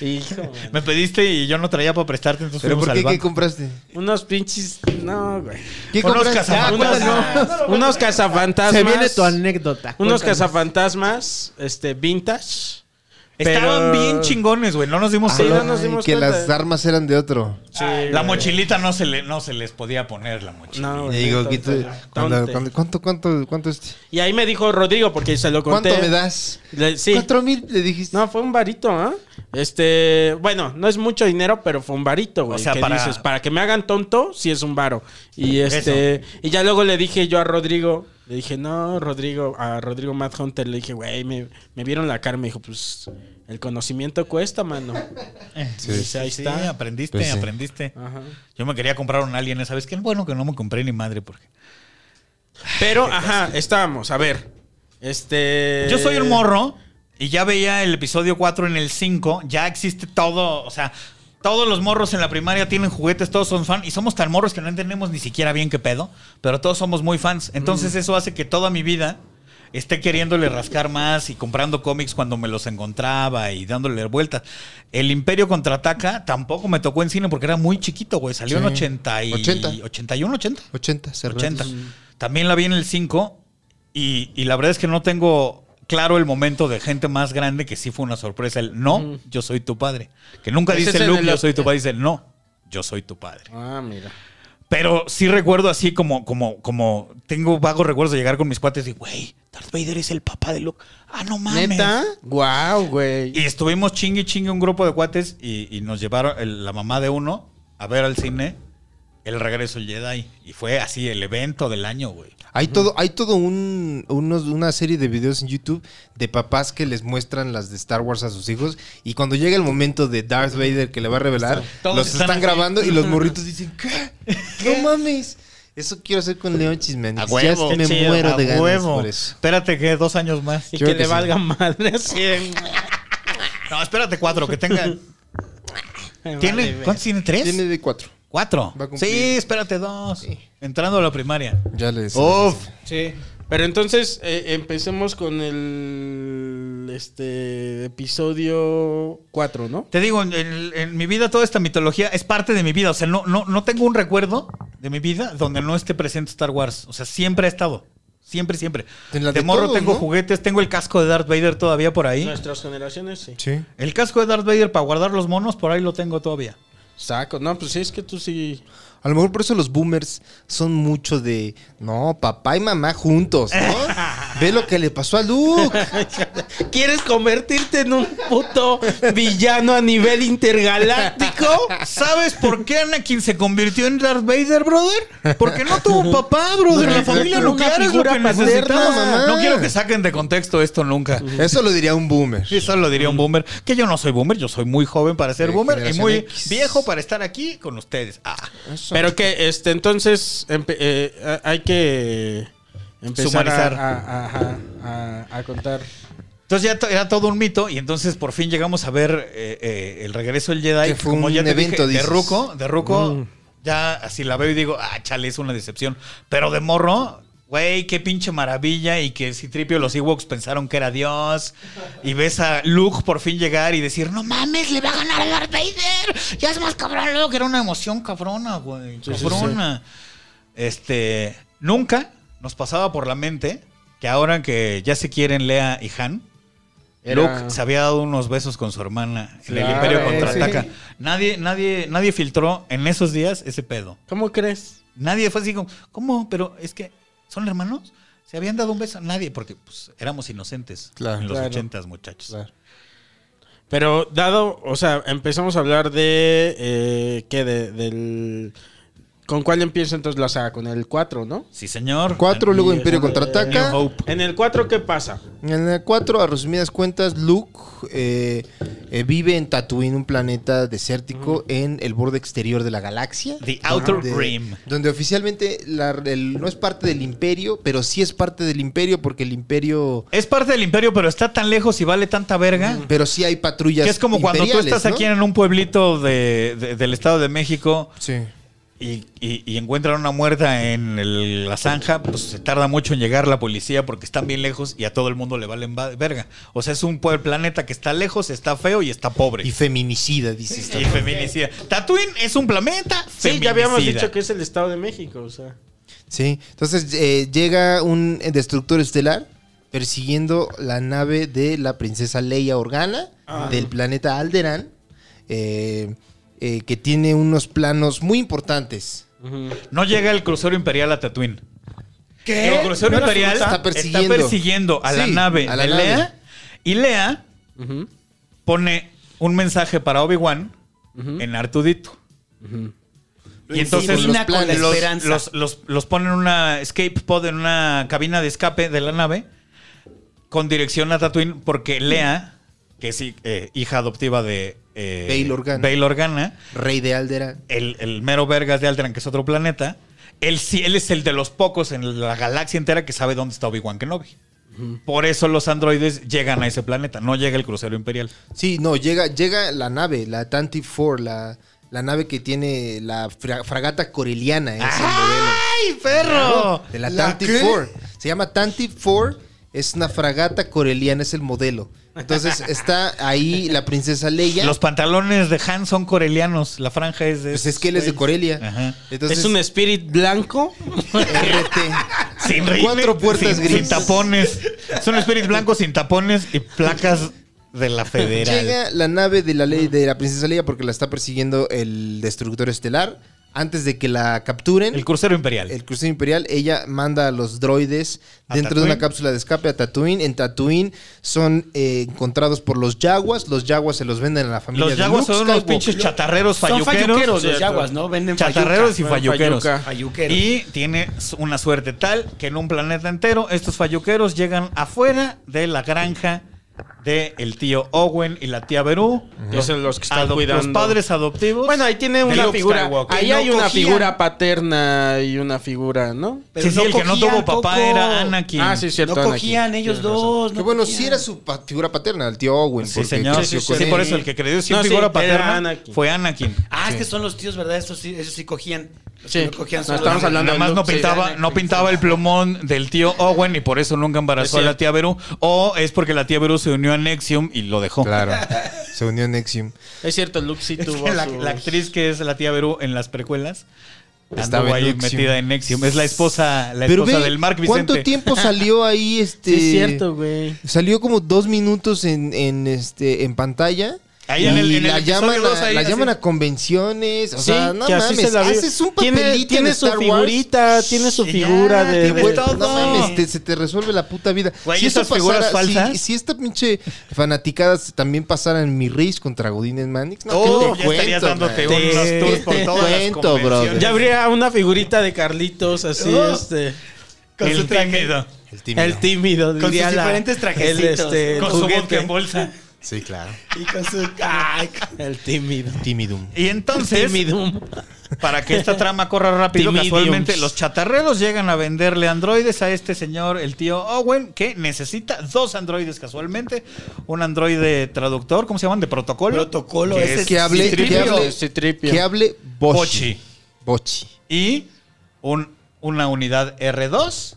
Hijo, man. Me pediste y yo no traía para prestarte, entonces ¿Pero fuimos por qué? al ¿Qué banco. compraste? unos pinches, no, güey. ¿Qué Unos compraste? Ah, cazafantasmas. cuéntanos. Unos cazafantasmas. Se viene tu anécdota. Unos Cuéntanos. cazafantasmas, este, vintage. Estaban pero- bien chingones, güey. No nos dimos Ah, Sí, color. no nos Ay, dimos que cuenta. las armas eran de otro. Sí, La güey. mochilita no se, le, no se les podía poner la mochila. No, Y güey, digo, tonto, ¿qué tú- tonto. cuando- cuando- ¿cuánto, cuánto, cuánto este? Y ahí me dijo Rodrigo, porque se lo conté. ¿Cuánto me das? Le- sí. Cuatro mil le dijiste. No, fue un varito, ¿ah? Este, bueno, no es mucho dinero, pero fue un varito, güey. O sea, ¿Qué para- dices? Para que me hagan tonto, sí es un varo. Y este, y ya luego le dije yo a Rodrigo, le dije, no, Rodrigo, a Rodrigo Mad Hunter, le dije, güey, me, me vieron la cara, me dijo, pues, el conocimiento cuesta, mano. Sí. Dice, ahí Sí, está. aprendiste, Pues sí. aprendiste. Ajá. Yo me quería comprar un alien, ¿sabes qué? Bueno, que no me compré ni madre porque... Pero, ajá, estábamos, a ver. Este. Yo soy un morro y ya veía el episodio 4 en el 5, ya existe todo, o sea, todos los morros en la primaria tienen juguetes, todos son fan y somos tan morros que no entendemos ni siquiera bien qué pedo, pero todos somos muy fans. Entonces eso hace que toda mi vida esté queriéndole rascar más y comprando cómics cuando me los encontraba y dándole vueltas. El Imperio contraataca tampoco me tocó en cine porque era muy chiquito, güey, salió en Sí. 80 y 80. 81, 80. 80, cerrados. 80. También la vi en el 5 y, y la verdad es que no tengo claro el momento de gente más grande que sí fue una sorpresa. El no, yo soy tu padre. Que nunca Ese es dice en Luke, el- yo soy tu padre. Dice no, yo soy tu padre. Ah, mira. Pero sí recuerdo así como, como, como tengo vagos recuerdos de llegar con mis cuates y, güey, Darth Vader es el papá de Luke. Ah, no mames. ¿Neta? Wow, güey. Y estuvimos chingue chingue un grupo de cuates y, y nos llevaron el- la mamá de uno a ver al cine el regreso del Jedi. Y fue así el evento del año, güey. Hay todo, hay todo un, unos- una serie de videos en YouTube de papás que les muestran las de Star Wars a sus hijos y cuando llega el momento de Darth Vader que le va a revelar, Todos los están están, así. grabando y los morritos dicen, ¿qué? No mames. Eso quiero hacer con León Chismen. A huevo. Ya me chido, muero a de ganas huevo. por eso. Espérate que dos años más. Y creo que, que le sí. valga madre así. No, espérate cuatro, que tenga. ¿Tiene, Vale, ¿Cuántos tiene? ¿Tres? Tiene de cuatro. ¿Cuatro? Va a cumplir. Sí, espérate dos. Entrando a la primaria. Ya les. Uf. Sí. Pero entonces eh, empecemos con el este episodio 4, ¿no? Te digo, en, en- en mi vida toda esta mitología es parte de mi vida. O sea, no, no, no tengo un recuerdo de mi vida donde no esté presente Star Wars. O sea, siempre ha estado. Siempre, siempre. En la de, de morro todos, tengo ¿no? juguetes, tengo el casco de Darth Vader todavía por ahí. Nuestras generaciones, sí. Sí. El casco de Darth Vader para guardar los monos, por ahí lo tengo todavía. Saco, no, pues sí, es que tú sí. A lo mejor por eso los boomers son mucho de, no, papá y mamá juntos, ¿no? Ve lo que le pasó a Luke. ¿Quieres convertirte en un puto villano a nivel intergaláctico? ¿Sabes por qué Anakin se convirtió en Darth Vader, brother? Porque no tuvo papá, brother. La familia Una nuclear es lo figura que necesitaba. paterna, mamá. No quiero que saquen de contexto esto nunca. Eso lo diría un boomer. Eso lo diría un boomer. Que yo no soy boomer, yo soy muy joven para ser De boomer y generación muy X. viejo para estar aquí con ustedes. Ah, Pero que, este, entonces empe- eh, a- hay que empezar a, Sumarizar. a- ajá, a- a contar. Entonces ya to- era todo un mito y entonces por fin llegamos a ver eh, eh, el regreso del Jedi. Que fue un ya te evento, dije, de dices. Mm. Ruco, de Ruco. ya así la veo y digo, ah, chale, es una decepción. Pero de morro, güey, qué pinche maravilla. Y que si tripio los Ewoks pensaron que era Dios. Y ves a Luke por fin llegar y decir, no mames, le va a ganar a Darth Vader. Ya es más cabrón, luego que era una emoción cabrona, güey. Sí, sí, sí. Cabrona. Este, nunca nos pasaba por la mente que ahora que ya se quieren Lea y Han, Era- Luke se había dado unos besos con su hermana en el Claro, Imperio eh, Contraataca. sí. Nadie, nadie, nadie filtró en esos días ese pedo. ¿Cómo crees? Nadie fue así como, ¿cómo? Pero es que, ¿son hermanos? ¿Se habían dado un beso? Nadie, porque pues, éramos inocentes Claro. en los Claro. ochentas, muchachos. Claro. Pero dado, o sea, empezamos a hablar de. Eh, ¿Qué? De- del. ¿Con cuál empieza entonces la saga? Con el 4, ¿no? Sí, señor. Cuatro, luego Y, Imperio eh, contraataca. New Hope. En el 4, ¿qué pasa? En el 4, a resumidas cuentas, Luke eh, eh, vive en Tatooine, un planeta desértico en el borde exterior de la galaxia. The Outer donde- Rim. Donde oficialmente la- el- no es parte del imperio, pero sí es parte del imperio porque el imperio... Es parte del Imperio, pero está tan lejos y vale tanta verga. Pero sí hay patrullas. Que es como cuando tú Mm. imperiales, estás ¿no? aquí en un pueblito de- de- del Estado de México Sí. y, y- y encuentran una muerta en el- la zanja, pues se tarda mucho en llegar la policía porque están bien lejos y a todo el mundo le valen va- verga. O sea, es un pue- planeta que está lejos, está feo y está pobre. Y feminicida, dices. Y feminicida. Tatooine es un planeta Sí, ya habíamos feminicida. dicho que es el Estado de México, o sea. Sí. Entonces eh, llega un eh, destructor estelar persiguiendo la nave de la princesa Leia Organa del planeta Alderan, eh, eh, que tiene unos planos muy importantes. No llega el crucero imperial a Tatooine. El crucero ¿No era imperial su ruta? está Está persiguiendo. persiguiendo, a la Sí, nave a la de nave. Lea y Lea Ujú, pone un mensaje para Obi-Wan ujú, en Artudito. ujú. Y entonces Con los planes. los, esperanza. los- los- los ponen en una escape pod, en una cabina de escape de la nave, con dirección a Tatooine, porque Lea, que es hi- eh, hija adoptiva de eh, Bail Organa. Bail Organa, Rey de Alderan. el, el mero vergas de Aldrin, que es otro planeta, él, sí- él es el de los pocos en la galaxia entera que sabe dónde está Obi-Wan Kenobi. Por eso los androides llegan a ese planeta, no llega el crucero imperial. Sí, no, llega, llega la nave, la Tantive 4, la, la nave que tiene la fra- fragata coreliana. ¿eh? Es el ¡Ah! modelo. ¡Ay, perro! De la, Tantive 4. Se llama Tantive 4. Es una fragata coreliana, es el modelo. Entonces está ahí la princesa Leia. Los pantalones de Han son corelianos, la franja es de... pues es que él es de Corelia. Ajá. Entonces, es un spirit blanco. RT. Sin rines, Cuatro puertas sin, grises. sin tapones. Son espíritus blancos sin tapones y placas de la federal. Llega la nave de la, ley, de la princesa Leia porque la está persiguiendo el destructor estelar. Antes de que la capturen, El crucero imperial. el crucero imperial, ella manda a los droides ¿A dentro de Tatooine? una cápsula de escape a Tatooine. En Tatooine son eh, encontrados por los yaguas. Los yaguas se los venden a la familia los de yaguas Luke son unos Skywalker. pinches chatarreros Son falluqueros. falluqueros sí, los yaguas, ¿no? Venden Chatarreros y Bueno, falluqueros. falluca. falluqueros. Y tiene una suerte tal que en un planeta entero estos falluqueros llegan afuera de la granja del el tío Owen y la tía Beru. Que son los que están Adop- cuidando. Los padres adoptivos. Bueno, ahí tiene de una Luke figura. Skywalker. Ahí Que no hay una cogían. figura paterna y una figura, ¿no? Pero sí, sí, no el que no cogían, tuvo papá Coco. era Anakin. Ah, sí, cierto. no Anakin. cogían ellos Tienes razón. dos. Que no bueno, cogían. sí era su pa- figura paterna, el tío Owen. Sí, porque señor. creció Sí, con él. por eso el que creció sin No, sí, figura era paterna Anakin. fue Anakin. Ah, es que son los tíos, ¿verdad? Estos sí, ellos sí cogían. Los Sí. que no cogían No, son los- estamos hablando- Nada más no Luke, sí, pintaba, Anakin, no pintaba el plumón del tío Owen y por eso nunca embarazó Es a la cierto. tía Beru. O es porque la tía Beru se unió a Nexium y lo dejó. Claro, se unió a Nexium. Es cierto, Luke sí Es tuvo. que la, sus- la actriz que es la tía Beru en las precuelas Estaba estaba en ahí Nexium. metida en Nexium. Es la esposa, la esposa ve, del Mark Vicente. ¿cuánto tiempo salió ahí este? Sí, es cierto, güey. Salió como dos minutos en, en, este en pantalla. Ahí y en el- en el la episodio llaman, dos, a, ahí, la así. llaman a convenciones. O Sí, sea, no que así mames. se la vive. haces un Tiene- papelito tiene en su Star Wars. figurita, tiene su Ya, figura de. tiene Güey, todo. no mames, te- se te resuelve la puta vida. Güey, esas figuras falsas. Si, si esta pinche fanaticada se- también pasara en mi race contra Godínez Manix, no, Oh, ¿qué ya estarías dándote güey? unos Te- tours por te todas las cuento, brother. convenciones. Ya habría una figurita de Carlitos así, Oh. este. Con el su traje. tímido. El tímido. El tímido, Con diría sus la- diferentes trajecitos. El, este, Con su juguete. vodka en bolsa. Sí, claro. Y con su. Ay, El tímido. Timidum. Y entonces, Timidum. para que esta trama corra rápido, Timidiums. casualmente los chatarreros llegan a venderle androides a este señor, el tío Owen, que necesita dos androides casualmente. Un androide traductor, ¿cómo se llaman? De protocolo. Protocolo. Que ese es es que hable- sí, que tripio. hable- Citripio. Que hable Boshi. Bochi. Bochi. y un- una unidad R2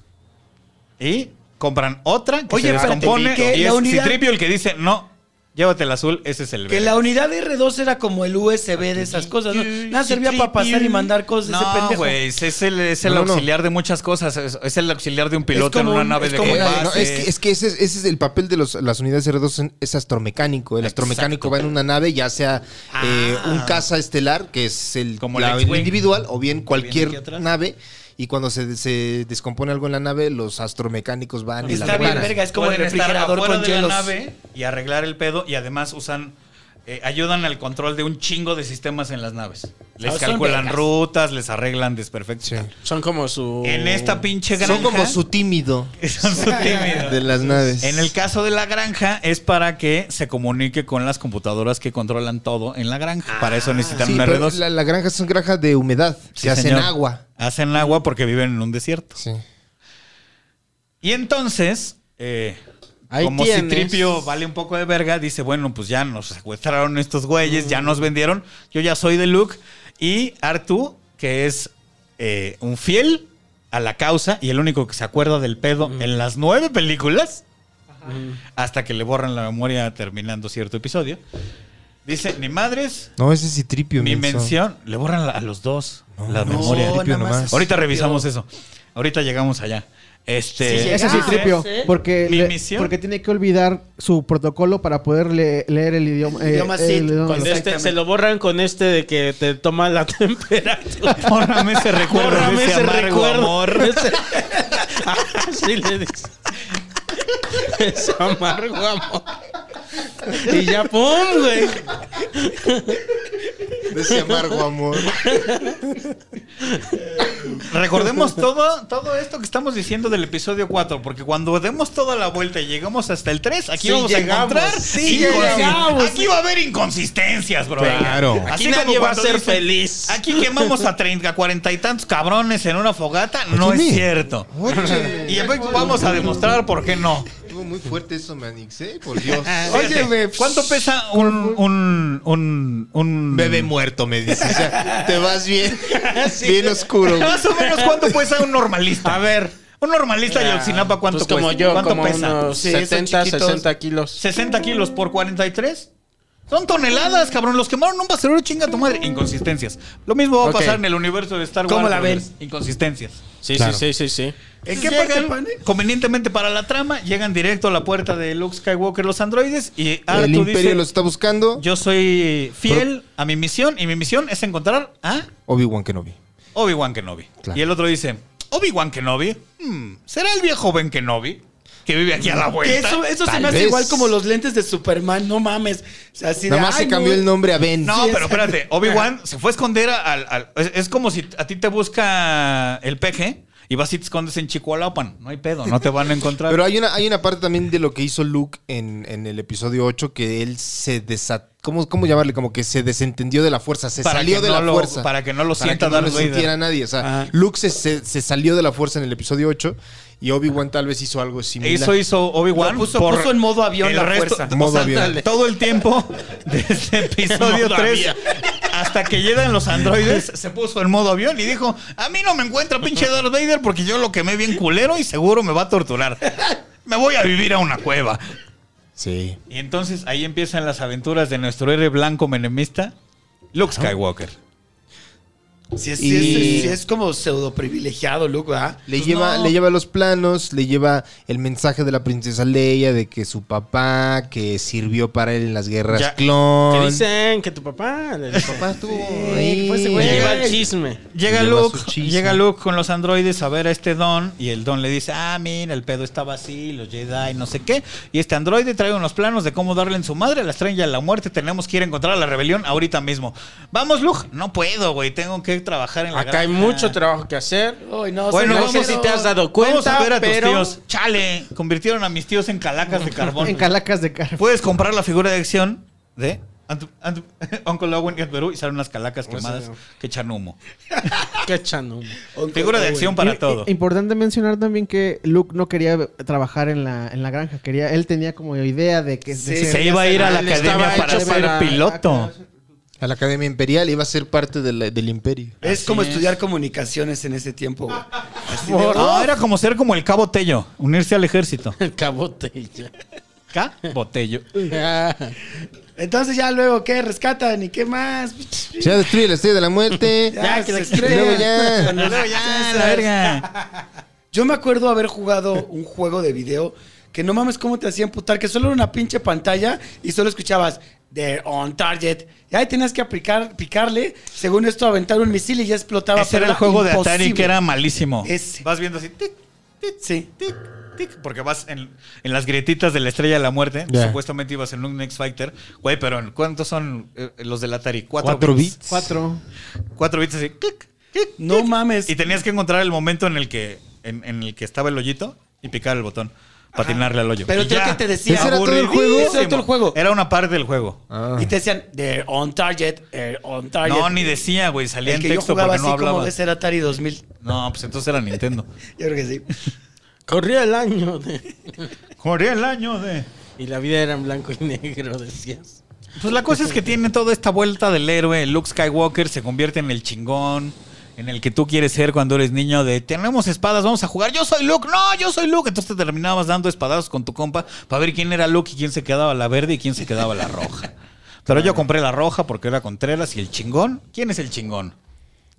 y compran otra que Oye, se espérate, descompone que y la es unidad- Citripio el que dice, no, llévate el azul, ese es el Que verde. la unidad R2 era como el USB de esas cosas, ¿no? Nada servía para pasar y mandar cosas No, ese pendejo. güey, es el, es el No, no, no. auxiliar de muchas cosas. Es, es el auxiliar de un piloto en como una un- nave es de como una- combate. No, es que, es que ese, es- ese es el papel de los- las unidades R2, en- es astromecánico. El astromecánico Exacto. va en una nave, ya sea Ah. eh, un caza estelar, que es el, Como la- el el X-Wing. individual, o bien aquí cualquier atrás. nave. Y cuando se, se descompone algo en la nave, los astromecánicos van y la Está bien, reparan. verga, es como el Pueden estar refrigerador afuera con de la hielos. nave y arreglar el pedo y además usan eh, ayudan al control de un chingo de sistemas en las naves. Les Ah, son calculan vergas. rutas, les arreglan desperfectos. Sí. Son como su. En Oh. esta pinche granja Son como su tímido son su tímido. de las naves. En el caso de la granja es para que se comunique con las computadoras que controlan todo en la granja. para Ah. eso necesitan Sí, un pero R2. la, la granja es una granja de humedad. Sí, se hacen señor. agua. Hacen agua porque viven en un desierto. Sí. Y entonces, eh, Ahí como tienes. Citripio vale un poco de verga, dice, bueno, pues ya nos secuestraron estos güeyes, Mm. ya nos vendieron, yo ya soy de Luke. Y Artu, que es eh, un fiel a la causa y el único que se acuerda del pedo Mm. en las nueve películas, hasta que le borran la memoria terminando cierto episodio, dice, ni madres, No, ese es Citripio. mi menso. mención, le borran la- a los dos la no, memoria. no, nada más nomás. es Ahorita Citripio. revisamos eso. Ahorita llegamos allá. Este, Ese sí, Tripio. Porque, Mi le- misión. porque tiene que olvidar su protocolo para poder le- leer el idioma. eh, idioma Sith. Con Exactamente. este, se lo borran con este de que te toma la temperatura. Bórrame ese recuerdo. Bórrame de ese amargo recuerdo. amor. Ese- Así le dice. Es amargo amor. Y ya, pum, güey. De ese amargo amor. Recordemos todo, todo esto que estamos diciendo del episodio 4, porque cuando demos toda la vuelta y llegamos hasta el 3, aquí Sí vamos a llegamos, encontrar. sí inconsi- llegamos. Aquí va a haber inconsistencias, bro. Claro. Aquí Así como nadie va a cuando ser dicen, "Ah, feliz. Aquí quemamos a 30, 40 y tantos cabrones en una fogata. No es Jimmy. cierto. Oye. Y después vamos a demostrar por qué no. Estuvo muy fuerte eso, me anixé, por Dios. Fíjate, ¿cuánto pesa un, un, un, un Bebé muerto, me dice. O sea, te vas bien, bien oscuro. güey. Más o menos cuánto pesa un normalista. A ver. Un normalista de Ayotzinapa, ¿cuánto Pues como cuesta? yo, ¿Cuánto como pesa? unos Sí, esos 70, chiquitos. 60 kilos. 60 kilos por 43. Son toneladas, cabrón. Los quemaron en un basurero, chinga tu madre. Inconsistencias. Lo mismo va a Ok. pasar en el universo de Star Wars. pues, ¿Cómo la ven? Inconsistencias. Sí, Claro. sí, sí, sí, sí. ¿En qué parte, Pane? Convenientemente para la trama, llegan directo a la puerta de Luke Skywalker los androides y Artu El imperio dice, los está buscando. yo soy fiel a mi misión y mi misión es encontrar a Obi-Wan Kenobi. Obi-Wan Kenobi. Claro. Y el otro dice, Obi-Wan Kenobi, hmm, ¿será el viejo Ben Kenobi que vive aquí a la Que vuelta? eso eso se Tal me hace vez. igual como los lentes de Superman, no mames. O sea, así de, Nada más ay, se cambió no. el nombre a Ben. No, Sí, pero exacto. espérate, Obi-Wan se fue a esconder al... al- es, es como si a ti te busca el peje y vas y te escondes en Chicualapan. No hay pedo, no te van a encontrar. Pero hay una, hay una parte también de lo que hizo Luke en, en el episodio 8 que él se desató. ¿Cómo, ¿Cómo llamarle? Como que se desentendió de la fuerza, se Para salió que de no la lo- fuerza. para que no lo Para que sienta no Darth lo Vader. sintiera nadie. O sea, Ajá. Luke se, se- se salió de la fuerza en el episodio 8 y Obi-Wan tal vez hizo algo similar. Eso E hizo Obi-Wan. Lo puso- puso en modo avión la fuerza. Modo o sea, avión. dale, Todo el tiempo, desde episodio Modo 3 avión. hasta que llegan los androides, se puso en modo avión y dijo: A mí no me encuentra pinche Darth Vader porque yo lo quemé bien culero y seguro me va a torturar. Me voy a vivir a una cueva. Sí. Y entonces ahí empiezan las aventuras de nuestro héroe blanco menemista, Luke Skywalker. Si es, Y- sí es- sí es como pseudo privilegiado, Luke, ¿verdad? Le, Pues lleva, no. le lleva los planos, le lleva el mensaje de la princesa Leia de que su papá, que sirvió para él en las guerras Ya. Que clon. dicen que tu papá. le- Papá estuvo que fue ese ahí. güey. Lleva el chisme. Llega Lleva Luke, su chisme. llega Luke con los androides a ver a este Don y el Don le dice, ah, mira, el pedo estaba así, los Jedi, no sé qué. Y este androide trae unos planos de cómo darle en su madre la estrella de la muerte. Tenemos que ir a encontrar a la rebelión ahorita mismo. Vamos, Luke. No puedo, güey. Tengo que trabajar en la Acá hay granja". mucho trabajo que hacer. Ay, no Bueno, no, soy sé vamos, ligero. si te has dado vamos cuenta, a ver a pero... tus tíos. Chale, convirtieron a mis tíos en calacas de carbón. En calacas de carne. Puedes comprar la figura de acción de Ant- Ant- Uncle Owen y Aunt Beru y salen unas calacas Pues quemadas que echan humo. Qué chanumo. Figura de acción para Y- todo. i- Importante mencionar también que Luke no quería trabajar en la, en la granja. Quería, él tenía como idea de que de Sí, ser- Se iba a ir a la Él estaba academia hecho para ser para- piloto. A la Academia Imperial iba a ser parte de la- del imperio. Es Así como es. estudiar comunicaciones en ese tiempo, güey. Así de, No, Ah, era como ser como el Cabo Tello, unirse al ejército. El cabotella. Cabo Tello. Ah, Entonces ya luego, ¿qué? ¿Rescatan? ¿Y qué más? Se destruye la estrella de la muerte. Ya, que la Y estrella. luego ya. Luego ya, la Ah, verga. Yo me acuerdo haber jugado un juego de video que no mames cómo te hacía emputar, que solo era una pinche pantalla y solo escuchabas They're on target. Y ahí tenías que aplicar, picarle, según esto, aventar un misil y ya explotaba. Ese era el juego de Atari que era malísimo. Ese. Vas viendo así, tic, tic, Sí. tic, tic, porque vas en, en las grietitas de la estrella de la muerte. Ya. Supuestamente ibas en un Next Fighter. Güey, pero ¿en ¿cuántos son eh, los del Atari? Cuatro, Cuatro bits. Cuatro. Cuatro bits así, clic, clic, No mames. Y tenías que encontrar el momento en el que, en, en el que estaba el hoyito y picar el botón. Patinarle al hoyo. Pero Y creo ya. que te decía. ¿Ese era todo el juego? Ese era todo el juego. Era una parte del juego. Ah. Y te decían They're on target, they're on target. No, ni decía, güey. Salía El en que yo texto jugaba porque así no como hablaba. de ser Atari 2000. No, pues entonces era Nintendo. Yo creo que sí. Corría el año de- Corría el año de... y la vida era en blanco y negro, decías. Pues la cosa es que tiene toda esta vuelta del héroe. Luke Skywalker se convierte en el chingón, en el que tú quieres ser cuando eres niño de tenemos espadas, vamos a jugar. Yo soy Luke, no, yo soy Luke. Entonces te terminabas dando espadazos con tu compa para ver quién era Luke y quién se quedaba la verde y quién se quedaba la roja. Pero yo compré la roja porque era Contreras y el chingón. ¿Quién es el chingón?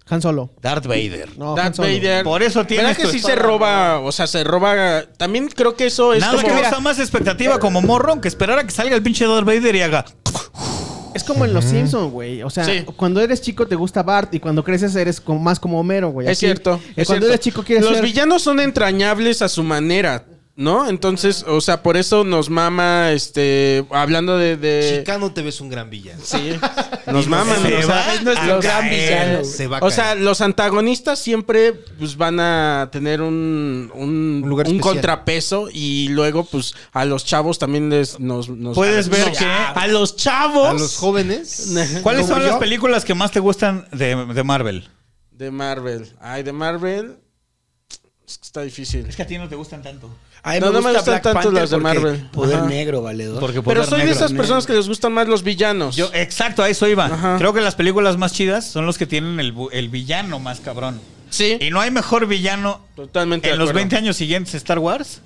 Han Solo. Darth Vader. No, Han Darth Solo. Vader. Por eso tienes ¿Verdad que tu sí se espada? roba? O sea, se roba. También creo que eso es Nada Pues, como. que causa más expectativa como morro que esperar a que salga el pinche Darth Vader y haga. Pues, Es como en Los Simpsons, güey. O sea, Sí. cuando eres chico te gusta Bart y cuando creces eres como- más como Homero, güey. es Aquí, cierto. eh, es cierto. cuando eres chico quieres Los ser... villanos son entrañables a su manera, ¿no? Entonces, o sea, por eso nos mama, este, hablando de. de- Chicano te ves un gran villano. Sí. Nos maman. Se o sea, va es nuestro a gran caer. villano. Se va a O sea, caer. los antagonistas siempre pues, van a tener un, un, Un lugar un especial. contrapeso y luego pues a los chavos también les nos... nos- Puedes nos- ver que- A los chavos. A los jóvenes. ¿Cuáles son Como las yo, películas que más te gustan de, de Marvel? De Marvel. Ay, de Marvel... Es que está difícil. que a ti no te gustan tanto. A mí No, no me gusta gustan Black tanto Panther las de porque Marvel. Poder Ajá. negro, valedor. Porque Pues, Pero poder soy de negro. esas personas que les gustan más los villanos. Yo, eh, exacto, a eso iba. Ajá. Creo que las películas más chidas son los que tienen el, bu- el villano más cabrón. sí. Y no hay mejor villano Totalmente. de en los acuerdo. 20 años siguientes a Star Wars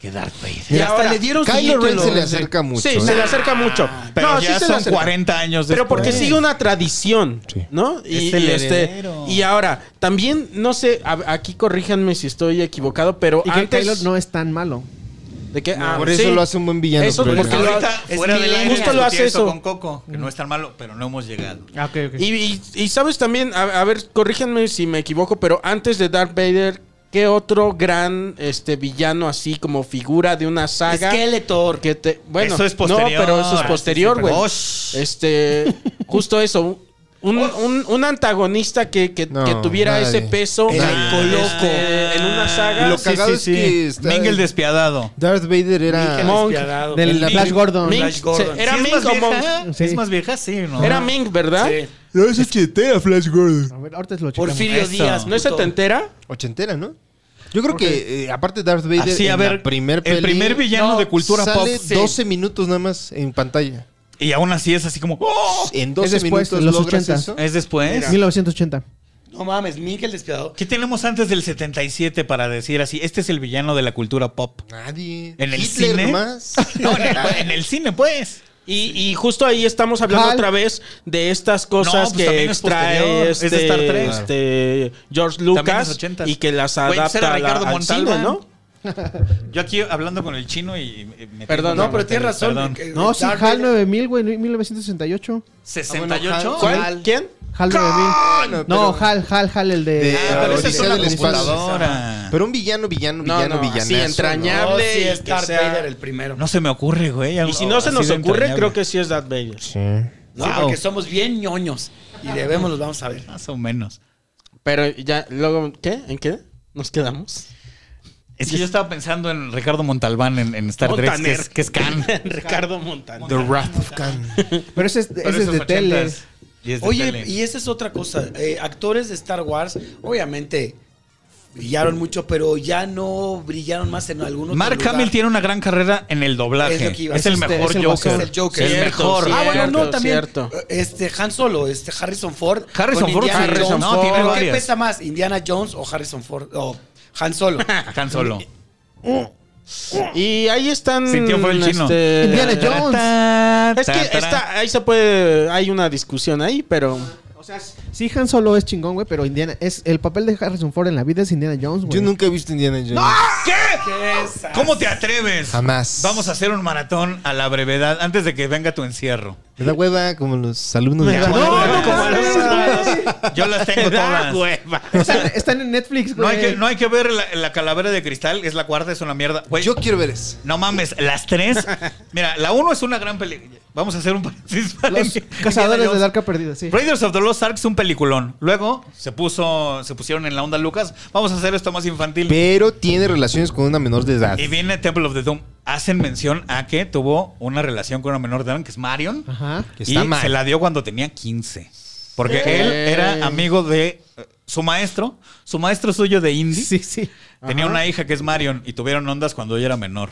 que Darth Vader. Y Mira, ahora, hasta le dieron su Kylo Ren título. se le Sí, acerca mucho. se le acerca mucho. Ah, Pero ya Ah, se le son acerca. 40 años Pero porque después. sigue una tradición, Sí. ¿no? Y, Es el y este, heredero. y ahora, también, no sé, a- aquí corríjanme si estoy equivocado, pero Y que antes Kylo no es tan malo. de que, ah, Por eso sí. lo hace un buen villano. Eso pero- porque lo- Ahorita, es fuera del mi- aire, justo lo hace discutí eso. con Coco, que no es tan malo, pero no hemos llegado. Ah, ok, ok. y, y- y sabes también, a, a ver, corríjanme si me equivoco, pero antes de Darth Vader, ¿qué otro gran este villano así como figura de una saga? Skeletor. que te, bueno, Eso es posterior. No, pero eso es posterior, Sí, güey. pero- Este, justo eso. Un, un- un antagonista que, que- No, que tuviera nadie. ese peso El este, Coloco. en Ah, una saga. Lo cagado es que está- Ming el despiadado. Darth Vader era. Ming. Monk. Despiadado. Del el- Flash Gordon. Mink, Flash Gordon. se- era Sí, Mink es más o vieja. Monk. Sí. Es más vieja, sí, ¿no? Era Mink, ¿verdad? Sí. No, es ochentera, Flash Gordon. A ver, ahorita lo checamos. Porfirio Eso. Díaz. ¿No es puto. setentera? Ochentera, ¿no? Yo creo que, eh, aparte Darth Vader, Así, a en ver, la primer peli, el primer villano de cultura pop. sale 12 minutos nada más en pantalla. Y aún así es así como. ¡oh! En 12 Es después, minutos en los logras 80s. eso. Es después. 1980. No mames, Miguel Despiadado. ¿Qué tenemos antes del 77 para decir así? Este es el villano de la cultura pop. Nadie. ¿En el Hitler cine? más. No, en el, en el cine, pues. Y, y justo ahí estamos hablando Hal. otra vez de estas cosas pues que también es extrae posterior, es este, de Star Trek. este George También es Lucas 80s. y que las Güey, adapta pues era a la- Ricardo al Montalbán. cine, ¿no? Yo aquí hablando con el chino y. y me Perdón, tengo No, pero que- tienes razón. perdón. eh, No, sí, Darth HAL Vader. 9000, güey, 1968. Ah, 68. bueno, ¿Cuál? Hal. ¿Quién? HAL 9000. No, HAL, HAL, HAL, el de... De- Ah, pero esa es Odisea una del espacio. computadora. Pero un villano, villano, No, villano, no, villanazo. así entrañable. No, sí, y es que Darth sea- Vader el primero. No se me ocurre, güey. algo Y si no se así nos de ocurre, entrañable. creo que sí es Darth Vader. Sí. Sí, Wow. porque somos bien ñoños. Y debemos, los vamos a ver. Más o menos. Pero ya, luego, ¿qué? ¿En qué? ¿Nos quedamos? Es que yo estaba pensando en Ricardo Montalbán en, en Star Trek, que es, que es Khan. Ricardo Montaner. The Wrath of Khan. Pero ese es, ese Pero es de tele. 80s. Y es de Oye, tele. y esa es otra cosa. eh, actores de Star Wars, obviamente, brillaron mucho, pero ya no brillaron más en algún otro Mark lugar. Hamill tiene una gran carrera en el doblaje. Es Es, lo que iba a el decir. mejor Es el Joker. Joker. Es el Joker. Es el Cierto, mejor. Ah, bueno, no, Cierto, también. cierto. eh, Este, Han Solo, este, Harrison Ford. Harrison con Ford, Indiana sí, Harrison Jones. Ford. No, tiene ¿Pero ¿Qué varias. pesa más, Indiana Jones o Harrison Ford? O Han Solo. Han Solo. Y ahí están. Sintió fue el chino. este, Indiana Es Jones. que está, ahí se puede. Hay una discusión ahí, pero. O sea, sí, Han Solo es chingón, güey, pero Indiana. Es, el papel de Harrison Ford en la vida es Indiana Jones, güey. Yo nunca he visto Indiana Jones. ¿Qué es? ¿Cómo te atreves? Jamás. Vamos a hacer un maratón a la brevedad antes de que venga tu encierro. Me da hueva como los alumnos de No, Chavo. no, Como mames, los- Yo las tengo todas. Están, están en Netflix, güey. No hay que, no hay que ver la, la calavera de cristal, es la cuarta, es una mierda. Güey, Yo quiero ver eso. No mames, las tres. Mira, la uno es una gran película. Vamos a hacer un paréntesis para Los Indiana cazadores Jones. del arca perdida, sí. Raiders of the Lost Ark es un peliculón. Luego se puso, se pusieron en la onda Lucas. Vamos a hacer esto más infantil. Pero tiene relaciones con una menor de edad. Y viene Temple of the Doom. Hacen mención a que tuvo una relación con una menor de edad, que es Marion. Ajá. Ah, Que está y mal. se la dio cuando tenía 15. Porque Ok. él era amigo de eh, su maestro, su maestro suyo de indie. Sí, sí. Tenía una hija que es Marion y tuvieron ondas cuando ella era menor.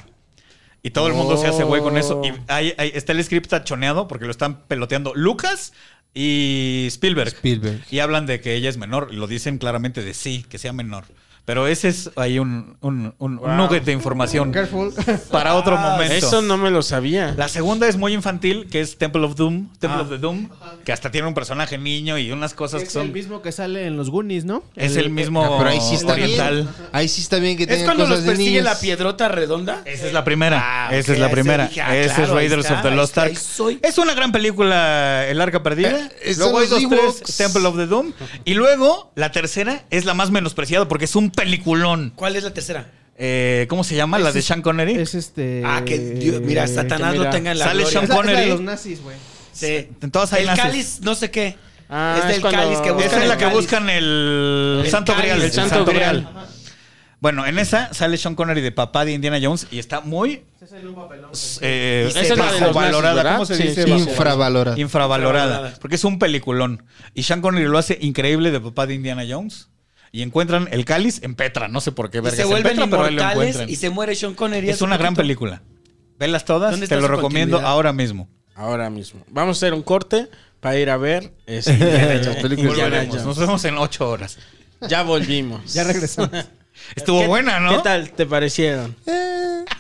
Y todo el mundo se hace güey con eso. Y ahí- ahí está el script tachoneado porque lo están peloteando Lucas y Spielberg. Spielberg. Y hablan de que ella es menor. Lo dicen claramente de sí, que sea menor. Pero ese es ahí un, un, un nugget de información Careful. para otro momento. Ah, Eso no me lo sabía. La segunda es muy infantil, que es Temple of Doom, Ah. Temple of the Doom, que hasta tiene un personaje niño y unas cosas que Es el son. mismo que sale en los Goonies, ¿no? Es el mismo Ah, pero ahí sí está Oh, oriental. bien. Ahí sí está bien que ¿Es tengan cuando los Eh, cosas de persigue niños. la piedrota redonda? Esa es la primera. Ah, Esa ok, es la ahí se primera. dije, ah, Esa es claro, Raiders ahí of the está, Lost ahí Ark. soy. Es una gran película, El Arca Perdida. Eh, son luego hay los dos, tres, Ewoks. Temple of the Doom. Y luego, la tercera es la más menospreciada porque es un peliculón. ¿Cuál es la tercera? Eh, ¿Cómo se llama? La de Sean Connery. Es este. Ah, que Dios- mira, Satanás que lo mira, tenga en la sale gloria. Es la- es la de Connery. los nazis, güey. Sí. Entonces, ahí el naces. cáliz, no sé qué. Ah, es del es cuando- cáliz que buscan. Esa es la el que cáliz. buscan el, El Santo cáliz, Grial. el Santo Grial. Bueno, en esa sale Sean Connery de papá de Indiana Jones y está muy eh, Esa es la de los valorada. nazis, ¿Cómo se ¿verdad? dice? Sí, sí, sí. Infravalorada. infravalorada, Infravalorada. porque es un peliculón. Y Sean Connery lo hace increíble de papá de Indiana Jones. Y encuentran el cáliz en Petra, no sé por qué Y verga se vuelven Petra, pero ahí lo inmortales encuentran. y se muere Sean Connery. es hace una gran poquito. película. Velas todas, ¿Dónde te está lo su recomiendo continuidad? ahora mismo. Ahora mismo. Vamos a hacer un corte para ir a ver. este, Las Y películas. Indiana volveremos. Nos Jones. vemos en ocho horas. Ya volvimos. Ya regresamos. Estuvo ¿Qué- buena, ¿no? ¿Qué tal te parecieron? Eh.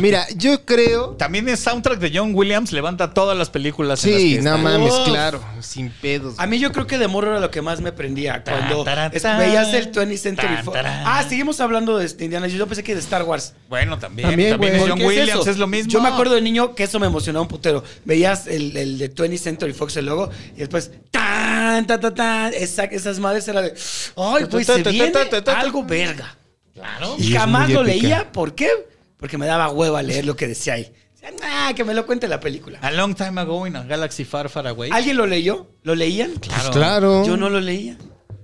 Mira, yo creo. También el soundtrack de John Williams levanta todas las películas. en las Oh. Sí, que no está. mames, Uf. claro. Sin pedos. A mí yo creo que de morro era lo que más me prendía. Cuando Tan, tan, es- tan. veías el 20th Century Tan, Fox. tan. Ah, seguimos hablando de este, Indiana Jones. Yo pensé que de Star Wars. Bueno, también. También, También, es güey. ¿Por John qué Williams, es, eso? lo mismo. Yo me acuerdo de niño que eso me emocionaba un putero. Veías el, el de 20th Century Fox, el logo, y después tan, tan, tan, tan. Esa- esas madres era de. Ay, pues se viene algo verga. Claro. Y Y es jamás muy lo épica. leía. ¿Por qué? Porque me daba hueva leer lo que decía ahí. Decía, "Nah, que me lo cuente la película. A long time ago in a galaxy far, far away. ¿Alguien lo leyó? ¿Lo leían? Pues claro. Yo no lo leía.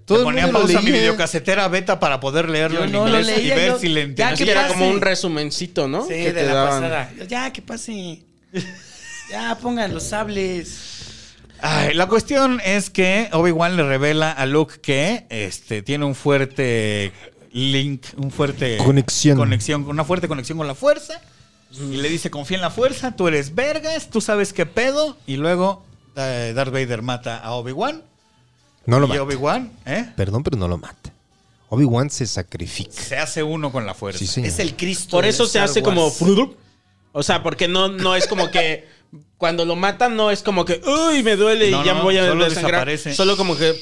Todo Le el ponía mundo lo pausa a mi leía. videocasetera beta para poder leerlo Yo en no lo inglés y leía, ver yo- si le ya entendía. que Sí, era pase. como un resumencito, ¿no? Sí, Que de te la daban. pasada. Yo, ya, que pase. Ya, pongan los sables. Ay, la cuestión es que Obi-Wan le revela a Luke que este, tiene un fuerte link, un fuerte Conexión. conexión, una fuerte conexión con la fuerza. Mm. Y le dice, confía en la fuerza, tú eres vergas, tú sabes qué pedo. Y luego eh, Darth Vader mata a Obi-Wan. No lo y mata. Obi-Wan ¿eh? Perdón, pero no lo mata. Obi-Wan se sacrifica. se hace uno con la fuerza. Sí, señor. Es el Cristo. Por de eso se Star hace Wars. como frudup. O sea, porque no, no es como que cuando lo matan no es como que uy me duele No, y ya me no, voy a solo desangrar. desaparece. Solo como que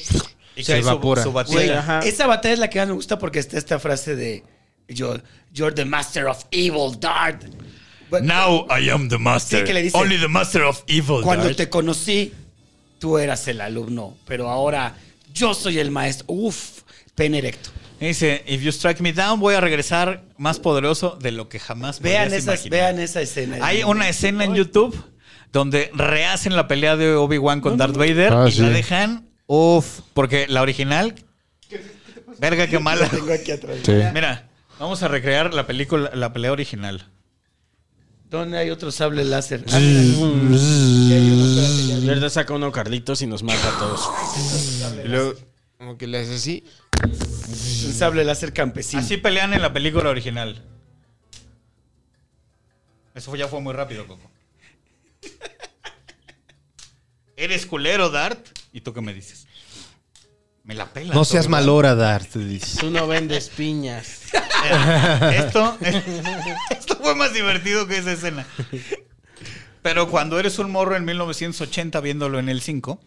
Y Se cae su- evapora. su batida. Güey, Sí, ajá. esa batalla es la que más me gusta porque está esta frase de yo, You're the master of evil, Dart. Now I am the master. Sí, que le dice, Only the master of evil. Cuando Darth. te conocí, tú eras el alumno, pero ahora yo soy el maestro. Uf, pene erecto. Y Dice, if you strike me down, voy a regresar más poderoso de lo que jamás Vean, podías esas, imaginar". vean esa escena. Hay una escena en YouTube donde rehacen la pelea de Obi-Wan con Darth Vader Ah, y sí. la dejan, uff, porque la original, verga qué mala. Tengo aquí atrás. Sí. Mira, vamos a recrear la película, la pelea original. ¿Dónde hay otro sable láser? Y ahorita saca uno Carlitos y nos mata a todos. Y luego, como que le hace así. Un sable láser campesino. Así pelean en la película original. Eso fue- ya fue muy rápido, Coco. Eres culero, Dart. ¿Y tú qué me dices? Me la pela. No seas malora, Dart. Tú no vendes piñas. Esto, eh, esto fue más divertido que esa escena. Pero cuando eres un morro en 1980 viéndolo en el 5,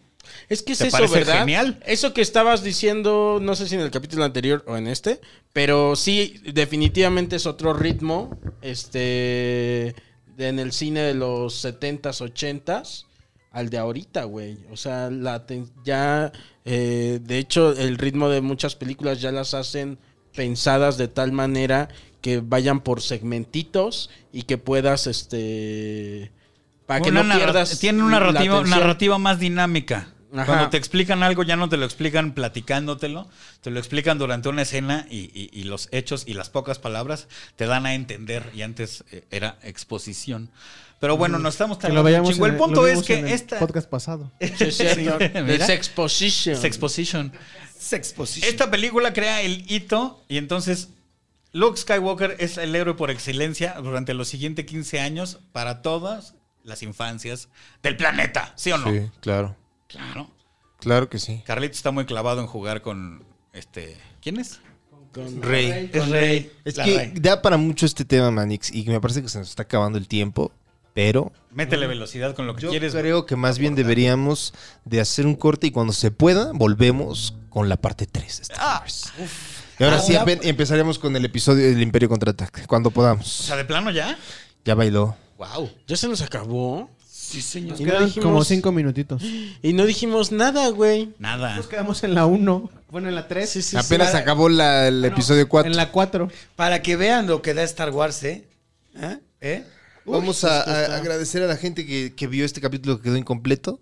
Es que es ¿Te eso, parece ¿verdad? genial? Eso que estabas diciendo, no sé si en el capítulo anterior o en este, pero sí, definitivamente es otro ritmo, este, de- en el cine de los 70s, 80s, al de ahorita, güey. O sea, la ten- ya, eh, de hecho, el ritmo de muchas películas ya las hacen pensadas de tal manera que vayan por segmentitos y que puedas, este... Para que Una no narra- pierdas. Tiene la una narrativa, atención. narrativa más dinámica. Ajá. Cuando te explican algo, ya no te lo explican platicándotelo, te lo explican durante una escena y, y- y los hechos y las pocas palabras te dan a entender. Y antes eh, era exposición. Pero bueno, no estamos Mm, Que tan lo veíamos chingo. El en punto lo es vimos en el que esta podcast pasado. Sí, es cierto. Sí, mira. Es exposition. exposición. Sexposition. Esta película crea el hito y entonces Luke Skywalker es el héroe por excelencia durante los siguientes 15 años para todas las infancias del planeta, ¿sí o no? Sí, claro. Claro. Claro que sí. Carlito está muy clavado en jugar con este. ¿Quién es? Rey. es rey. Es la que rey. da para mucho este tema, Manix, y me parece que se nos está acabando el tiempo, pero Métele velocidad con lo que yo quieres. creo que más bien deberíamos de hacer un corte y cuando se pueda, volvemos con la parte 3 de Star Ah, Wars. Y ahora sí, Ahora- empe- empezaremos con el episodio del Imperio Contraataca, cuando O podamos. sea, de plano ya. Ya bailó. Wow. Ya se nos acabó. Sí, señor. Y no Quedan dijimos- como cinco minutitos. Y no dijimos nada, güey. Nada. Nos quedamos en la 1. Bueno, en la 3. Sí, sí, Apenas sí. acabó la- el episodio 4. En la 4. Para que vean lo que da Star Wars, ¿eh? ¿Eh? ¿Eh? Vamos a, a- agradecer a la gente que, que vio este capítulo que quedó incompleto,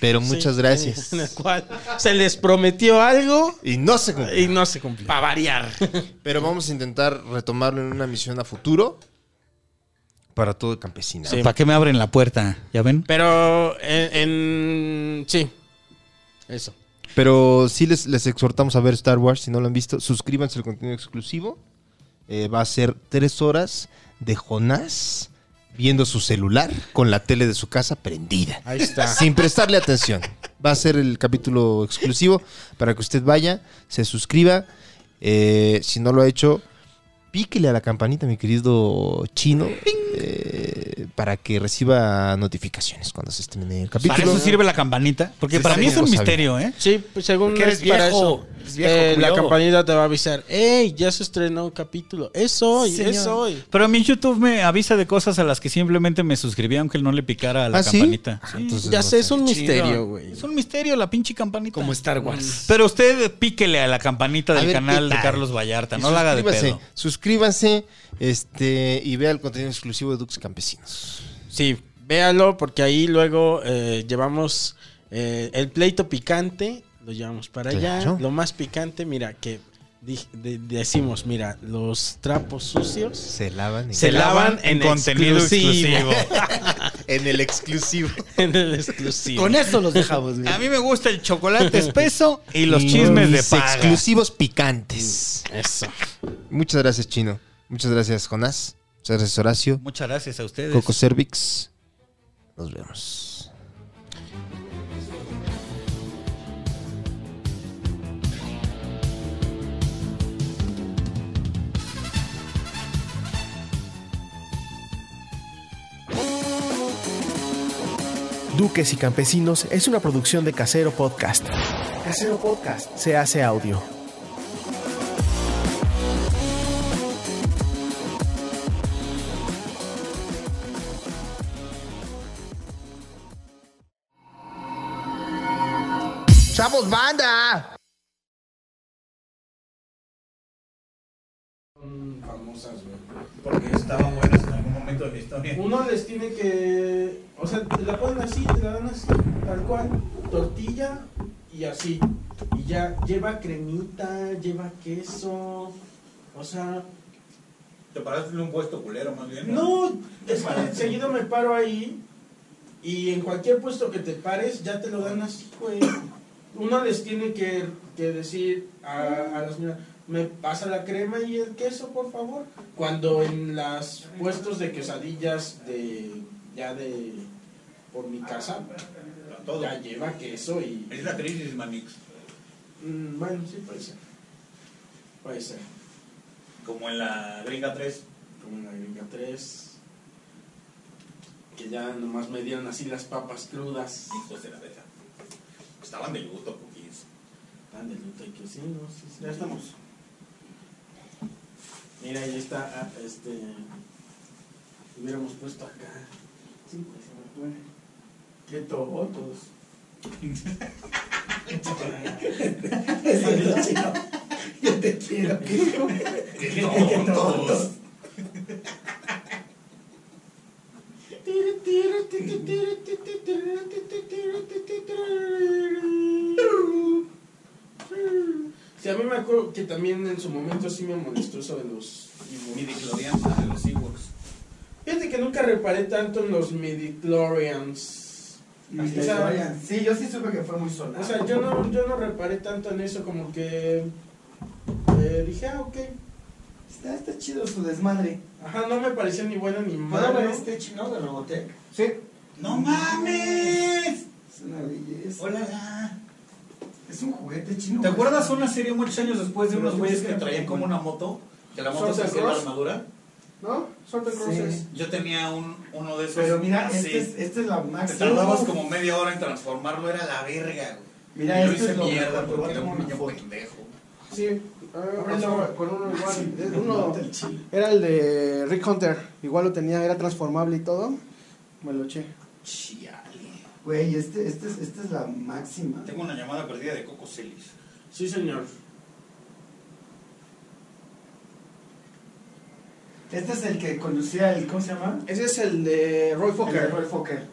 pero muchas Sí. gracias. En el cual se les prometió algo Y no se cumplió. y no se cumplió. Para variar. Pero vamos a intentar retomarlo en una misión a futuro para todo el campesinado. Sí. ¿Para qué me abren la puerta? ¿Ya ven? Pero en, en- Sí. Eso. Pero sí les, les exhortamos a ver Star Wars si no lo han visto. Suscríbanse al contenido exclusivo. Eh, va a ser tres horas de Jonás viendo su celular con la tele de su casa prendida. Ahí está. Sin prestarle atención. Va a ser el capítulo exclusivo para que usted vaya, se suscriba. Eh, si no lo ha hecho, píquele a la campanita, mi querido chino, eh, para que reciba notificaciones cuando se estrene el ¿Para capítulo. eso sirve la campanita? Porque Sí, para mí es un sabe. misterio, ¿eh? Sí, pues, según Porque eres es para viejo. eso. Eres viejo, Eh, la culiao. campanita te va a avisar. ¡Ey! Ya se estrenó un capítulo. Es hoy, es Señor. hoy. Pero a mí YouTube me avisa de cosas a las que simplemente me suscribí aunque no le picara a la ¿Ah, sí? campanita. Ah, Sí. entonces Ya no sé, es un Chido. misterio, güey. Es un misterio la pinche campanita. Mm. Como Star Wars. Pero usted píquele a la campanita A del ver, canal ¿qué de tal? Carlos Vallarta. Y No la haga de suscríbase, pedo. Suscríbase este, y vea el contenido exclusivo de Dux Campesinos. Sí, véalo porque ahí luego eh, llevamos eh, el pleito picante, lo llevamos para Claro. allá. Lo más picante, mira, que di- de- decimos, mira, los trapos sucios Se lavan en, Se lavan en exclusivo. en el exclusivo. en el exclusivo. Con eso los dejamos, güey. A mí me gusta el chocolate espeso y los chismes de Mis paga. exclusivos picantes. Eso. Muchas gracias, Chino. Muchas gracias, Jonás. Muchas gracias, Horacio. Muchas gracias a ustedes. Coco Cervix. Nos vemos. Duques y Campesinos es una producción de Casero Podcast. Casero Podcast se hace audio. Porque estaban buenas en algún momento de la historia. Uno les tiene que. Eh, O sea, te la ponen así, te la dan así, tal cual. Tortilla y así. Y ya lleva cremita, lleva queso. O sea. Te paraste en un puesto culero, más bien. No, es que seguido me paro ahí y en cualquier puesto que te pares ya te lo dan así, güey. uno les tiene que, que decir a, a los niños, me pasa la crema y el queso, por favor. Cuando en las puestos de quesadillas de ya de por mi casa, ya lleva queso y... Ah, Es la crisis, Manix. mm, Bueno, sí, puede ser. Puede ser. Como en la gringa 3. como en la gringa 3, que ya nomás me dieron así las papas crudas. Hijos de la beta. Estaban de luto, cookies. Tan de luto y que sí, no, sí, sí. Ya estamos. Mira, ahí está, ah, este, hubiéramos puesto acá. Sí, pues se me fue. Qué tobotos. Yo te quiero. Todos. Sí, a mí me acuerdo que también en su momento sí me molestó eso de los Midichlorians de los Ewoks. Fíjate que nunca reparé tanto en los midichlorians. O sea, Sí, yo sí supe que fue muy o sonado. sea, yo no, yo no reparé tanto en eso, como que eh, dije, ah, ok. Está, está chido su desmadre. Ajá, no me pareció ni bueno ni ¿Puedo ver malo. este chino de Robotech? Sí. ¡No mames! Es una belleza. Hola, la. Es un juguete chino. ¿Te güey. acuerdas una serie muchos años después de Pero unos tú güeyes sí que la traían pones. como una moto? Que la moto ¿Santa se hacía la Claus? armadura. ¿No? Santa Cruz Sí. es. Yo tenía un, uno de esos. Pero mira, así. este es, este es la Ah, Te máxima. tardabas como media hora en transformarlo, era la verga, güey. Mira, yo este hice es lo mierda mejor, te voy a porque era tomar un una niño foto. pendejo. Sí. ábrelo con uno igual. del chile. era el de Rick Hunter. Igual lo tenía, era transformable y todo. Me lo eché. Chiale. Güey, este, este, es- esta es la máxima. Tengo una llamada perdida de Coco Celis. Sí, señor. Este es el que conducía el. ¿Cómo se llama? Ese es el de Roy El Roy Fokker.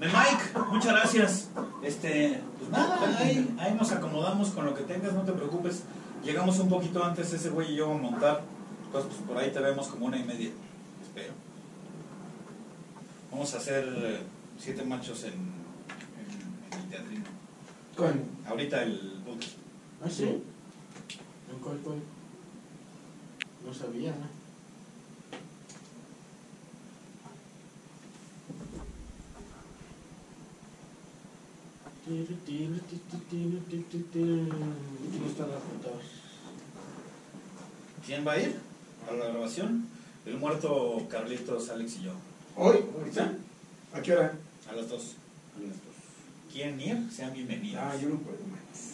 De Mike, muchas gracias. Este, pues nada, ahí, ahí nos acomodamos con lo que tengas, no te preocupes. Llegamos un poquito antes, ese güey y yo a montar. Entonces, pues por ahí te vemos como una y media. Espero. Vamos a hacer eh, siete machos en, en- en el teatrino. Con. Ahorita el book. ¿Ah, sí? ¿En cuál, cuál? No sabía, ¿no? ¿Quién están apuntados? ¿Quién va a ir a la grabación? El muerto Carlitos, Alex y yo. ¿Hoy? ¿Ahorita? ¿A qué hora? A las dos. ¿Quién ir? Sean bienvenidos. Ah, yo no puedo, man.